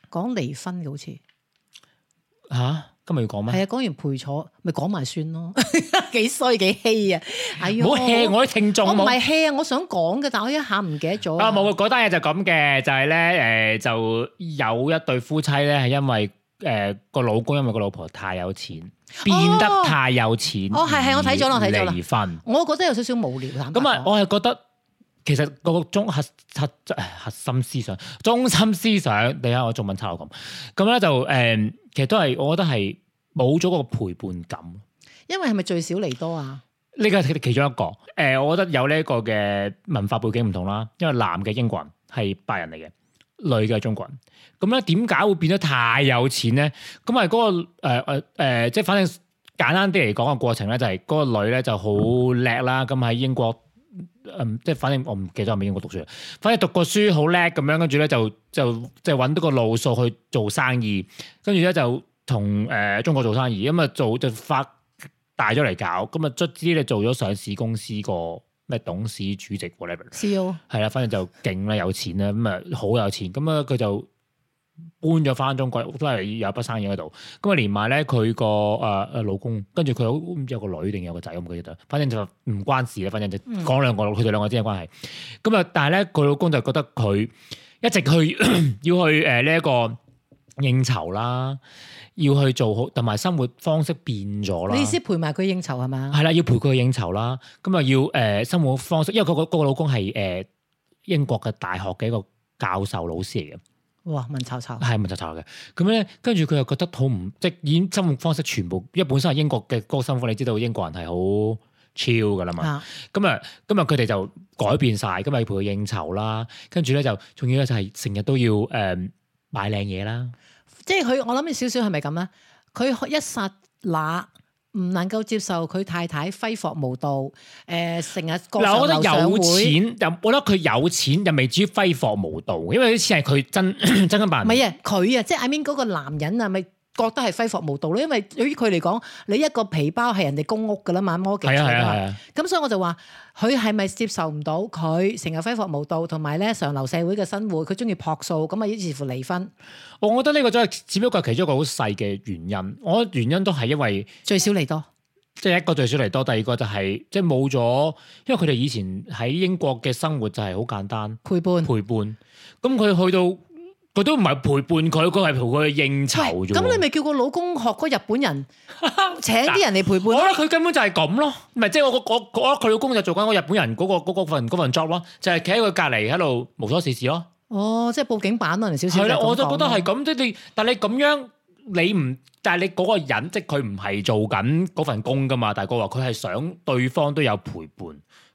講離婚嘅好似，係吓，今日要講咩？啊，講完陪坐咪講埋算咯， 幾衰幾稀啊！哎呀，唔好 hea 我啲聽眾我唔冇。係 hea 啊，我想講嘅，但我一下唔記得咗。啊冇，嗰單嘢就咁嘅，就係咧誒，就有一對夫妻咧係因為誒個老公因為個老婆太有錢，變得太有錢，哦係係我睇咗啦我睇咗啦離婚。我覺得有少少無聊。坦白咁啊，講我係覺得其實個中核核核心思想、中心思想，你睇我中文差我咁，咁咧就誒，其實都係我覺得係冇咗個陪伴感。因為係咪最少嚟多啊？呢個係其中一個。誒、我覺得有呢一個嘅文化背景唔同啦，因為男嘅英國人係白人嚟嘅，女嘅係中國人。咁咧點解會變得太有錢咧？咁係嗰個誒誒、呃呃即係反正簡單啲嚟講個過程咧，就係嗰個女咧就好叻啦，咁喺英國。嗯，即係反正我唔記得係咪英國讀書啦，反正讀過書好叻咁樣，跟住咧就就即係揾到個路數去做生意，跟住咧就同誒、呃中國做生意，咁啊做就發大咗嚟搞，咁啊卒之咧做咗上市公司個咩董事主席 whatever。 CEO 係啦，反正就勁啦，有錢啦，咁啊好有錢，咁啊佢就搬咗翻中國，都係有一筆生意喺度。咁啊連埋咧佢個誒誒老公，跟住佢好唔知有個女定有個仔，我唔記得咗。反正就唔關事啦，反正就講兩個佢哋兩個之間嘅關係。咁啊，但係咧佢老公就覺得佢 一直去要去誒呢一個應酬啦，要去做好，同埋生活方式變咗啦。你意思陪埋佢應酬係啊嘛？係啦，要陪佢去應酬啦，咁啊要誒、呃生活方式，因為佢個嗰個老公係誒、呃英國嘅大學嘅一個教授老師嚟嘅，哇，文嘈嘈，係文就查嘅。咁咧，跟住佢又覺得好唔即係已經生活方式全部，因為本身係英國嘅嗰個生活，你知道英國人係好 chill 噶啦嘛。啊，咁啊，咁啊，佢哋就改變晒，咁啊要陪佢應酬啦，跟住咧就仲要咧就係成日都要誒、呃、買靚嘢啦。即係佢，我諗少少係咪咁咧？佢一剎那唔能夠接受佢太太揮霍無度，誒成日過嗱，上我覺得樓上有會。錢，又我覺得佢有錢又未至於揮霍無度，因為啲錢係佢真 真金白唔銀係啊，佢啊，即係 I mean 嗰個男人啊，咪覺得係揮霍無度咯。因為對於佢嚟講，你一個皮包係人哋公屋噶啦嘛，摩係啊係啊係啊，咁所以我就話佢係咪接受唔到佢成日揮霍無度，同埋咧上流社會嘅生活，佢中意樸素，咁啊於是乎離婚。我覺得呢個真係只不過係其中一個好細嘅原因。我覺得原因都係因為最少嚟多，即係一個最少嚟多，第二個就係、即係冇咗，因為佢哋以前喺英國嘅生活就係好簡單陪伴。陪伴。咁佢去到佢都唔係陪伴佢，佢係陪佢去應酬喂啫喎。咁你咪叫個老公學嗰日 本人請啲人嚟陪伴我咯覺得佢根本就係咁咯，唔係即係我我我我覺得佢老公就做緊個日本人嗰、個嗰嗰份嗰份 job 咯，就係企喺佢隔離喺度無所事事咯。哦，即係報警版啊，人少少。係啦，我就覺得係。咁，即係你，但係你咁樣，你唔，但係你嗰個人，即係佢唔係做緊嗰份工噶嘛。大哥話佢係想對方都有陪伴，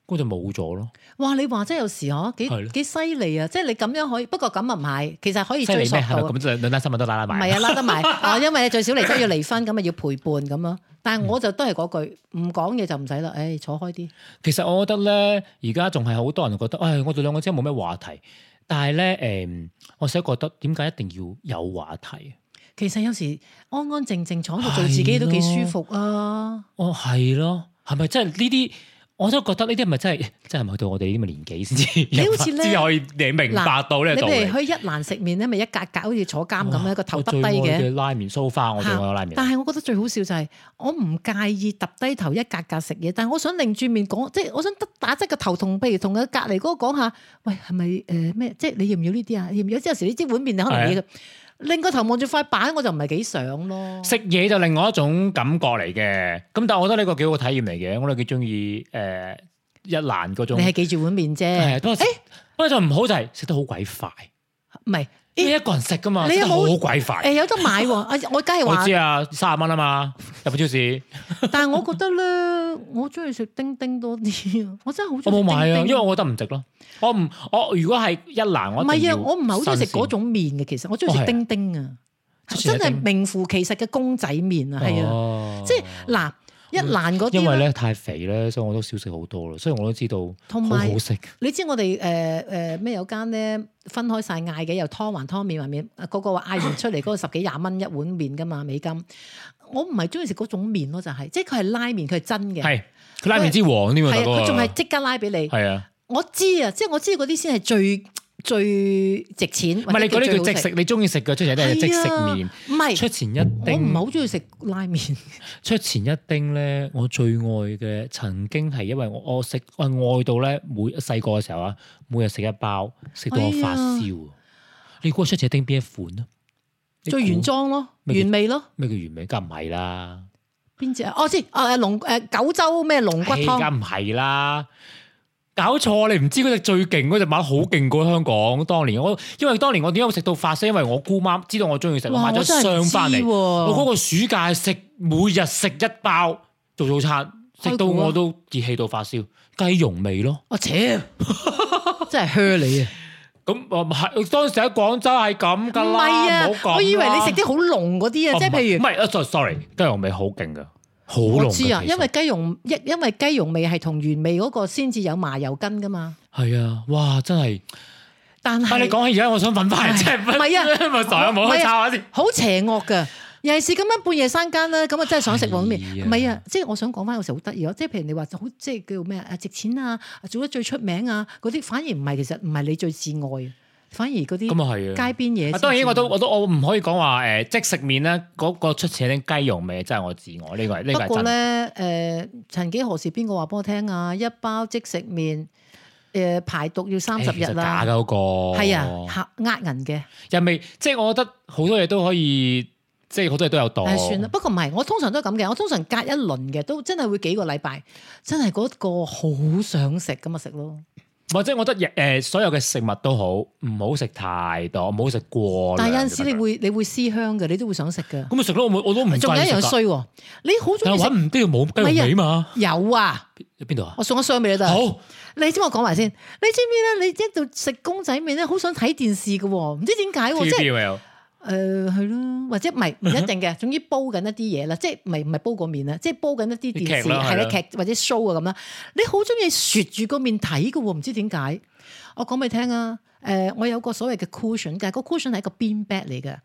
咁就冇咗咯。哇！你話真係有時嗬，係幾咯幾犀利啊！即係你咁樣可以，不過咁啊唔係，其實可以犀追利溯咩？係咪到。咁就兩單新聞都拉拉啊唔埋？係啊，拉 得埋啊，因為最少嚟都要離婚，咁啊咪要陪伴咁咯。但係我就都係嗰句，唔講嘢就唔使啦，唉，坐開啲。其實我覺得咧，而家仲係好多人覺得，唉，我哋兩個真係冇咩話題。但係咧，誒、我成日覺得點解一定要有話題？其實有時安安靜靜坐喺度做自己都幾舒服啊。哦，係咯，係咪真係呢啲？我都覺得呢啲係咪真係真係咪去到我哋呢啲咁嘅年紀先至你有好法，似 先呢至可以你明白到呢你個道理譬如去一蘭食麵咧，咪一格格好似坐監咁咧，個頭耷低我最愛嘅。嘅拉麵蘇花，我最愛嘅拉麵。但係我覺得最好笑就係我唔介意揼低頭一格格食嘢，但係我想擰住面講，即係我想得打側個頭同，譬如同佢隔離嗰個講下，喂係咪誒咩？即係你要唔要呢啲啊？要唔要？即係有時呢啲碗面你可啊能要佢，擰個頭望住塊板，我就唔係幾想咯。食嘢就另外一種感覺嚟嘅，咁但係我覺得呢個幾好嘅體驗嚟嘅，我都幾中意誒一蘭嗰種你。係記住碗面啫，係啊誒不過食不過就唔好就係食得好鬼快，唔係你一個人食噶嘛，你食得好好鬼誒快。有得 買喎，啊我梗係我話知，啊，三十蚊啊嘛，日本超 市但係我覺得咧，我中意食丁丁多啲啊，我真係好我中意冇買食啊，丁因為丁。我覺得唔值咯。我唔我如果係一蘭，我唔一定係要啊，我唔係好中意食嗰新鮮，種面嘅，其實我中意哦係食啊丁丁啊，即係真丁係名副其實嘅公仔面啊，係啊，啊即係嗱一蘭嗰嗯因啲為咧，咧太肥咧，所以我都少食好多啦，所以我都知道同好埋好食。你知我哋誒誒咩有間咧分開晒嗌嘅，又湯還湯面還面，嗰、個話嗌完出嚟嗰個十幾廿蚊一碗面噶嘛美金，我唔係中意食嗰種面咯，就係、即係佢係拉麵，佢係真嘅，係係佢拉麵之王添啊！啊，大哥佢仲係即刻拉俾你。係啊，我知啊，即係我知嗰啲先係最最值錢。唔係你嗰啲叫即食啊食，你中意食嘅出前一丁係即食麵，唔係出前一我唔係丁，好中意食拉麵。出前一丁咧，我最愛嘅曾經係因為我我食我係愛到咧，每細個嘅時候啊，每日食一包，食到哎我發燒啊。你估出前一丁邊一款啊？ 你估最原裝咯，咩叫原味咯，咩叫原味？梗唔係啦，邊只啊？我知啊，誒龍誒九州咩龍骨唉湯，梗唔係啦。搞錯，你唔知嗰隻最勁嗰隻馬好勁過香港。當年我因為當年我點解會食到發燒，因為我姑媽知道我中意食，我哇！買我真咗係箱唔知翻嚟。我嗰喎。個暑假食每日食一包做早餐，食到開估啊我都熱氣到發燒，雞蓉味咯。我扯，哦 真係靴你啊！咁我係當時喺廣州係咁唔噶啦，係唔好啊講，啦哦我以為你食啲好濃嗰啲啊，即係譬唔如係啊，sorry，雞蓉味好勁噶，好我濃㗎。知啊，其實因為雞蓉因因為雞蓉味係同原味嗰個先至有麻油根噶嘛，係啊，哇，真係。但但係你係講起而家，我想揾翻嚟，係真係唔係啊 咪傻有冇唔係啊去抄下先。好邪惡噶。尤其是咁樣半夜三更咧，咁啊真係想食碗面。係啊唔係啊，即係我想講翻有時好得意咯，啊即係譬如你話好即係叫咩啊值錢啊，做得最出名啊嗰啲，反而唔係其實唔係你最至愛嘅，反而嗰啲咁啊係啊街邊嘢先至。啊當然我都我都我唔可以講話誒即食麵咧，嗰、個出前啲雞蓉味真係我自我呢、個係呢、個不過係咧，真。誒、曾幾何時邊個話俾我聽啊？一包即食麵，誒、排毒要三十誒其日實假啦，嘅嗰個係啊，嚇呃人嘅，又未即係我覺得好多嘢都可以，即係好多嘢都有度。誒算啦。不過唔係，我通常都係咁嘅，我通常隔一輪嘅，都真係會幾個禮拜，真係嗰個好想食咁啊食咯。或者我覺得誒、所有嘅食物都好，唔好食太多，唔好食過量就得㗎。但係有陣時你會你會思鄉嘅，你都會想食嘅。咁咪食咯，我冇我都唔仲有一介意樣食㗎衰喎，你好中但意係食揾唔都要冇雞肉味嘛？有啊！邊度啊？我送咗箱俾你得。好，你知我講埋先，你知唔知咧？你一度食公仔麵咧，好想睇電視嘅喎，唔知點解喎，即係。 TVB 咪有誒呃係咯，或者唔係唔嗯一定嘅，總之煲緊一啲嘢啦，即係唔係唔係煲個面啦，即係煲緊一啲電視劇啦係係啦啦劇或者 show 啊咁啦，你好中意雪住個面睇嘅喎，唔知點解？我講俾你聽啊，誒、我有個所謂嘅 cushion，但係個 cushion 係一個邊 bed 嚟嘅，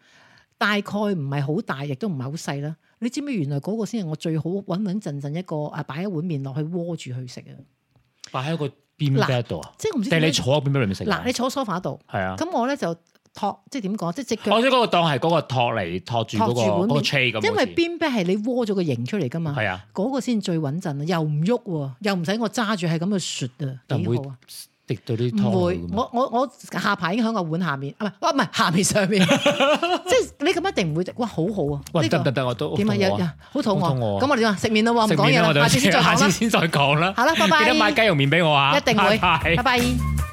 大概唔係好大，亦都唔係好細啦。你知唔知原來嗰個先係我最好穩穩陣陣一個啊，擺一碗面落去窩住去食啊！擺喺個邊嗱 bed 度啊？即係我唔知定係你點解坐喺邊 bed 裏面食啊？嗱，你坐 sofa 度，係啊。咁我咧就托，即係點講，即係只腳我。知嗰個當係嗰個托嚟托住嗰個托住碗嗰個面 tray 咁好似，因為邊啤係你窩咗個形出嚟噶嘛，係啊，嗰個先最穩陣啊，又唔喐喎，又唔使我揸住係咁去雪啊，但幾唔會好啊！滴到啲湯唔落會去，㗎嘛我我我下排已經喺個碗下面，啊唔係，哇唔係下面 上面，即係你咁一定唔會，哇好好啊！喂呢個得唔得得我都點啊？好肚有餓啊有好肚好餓，肚餓啊咁我哋點啊？食麵啦喎，唔食講麵啊嘢啦，我啦，哋下次先再講下次，啦 先再講啦。好啦拜拜記得買雞肉麵俾我啊！一定會， 拜拜拜拜。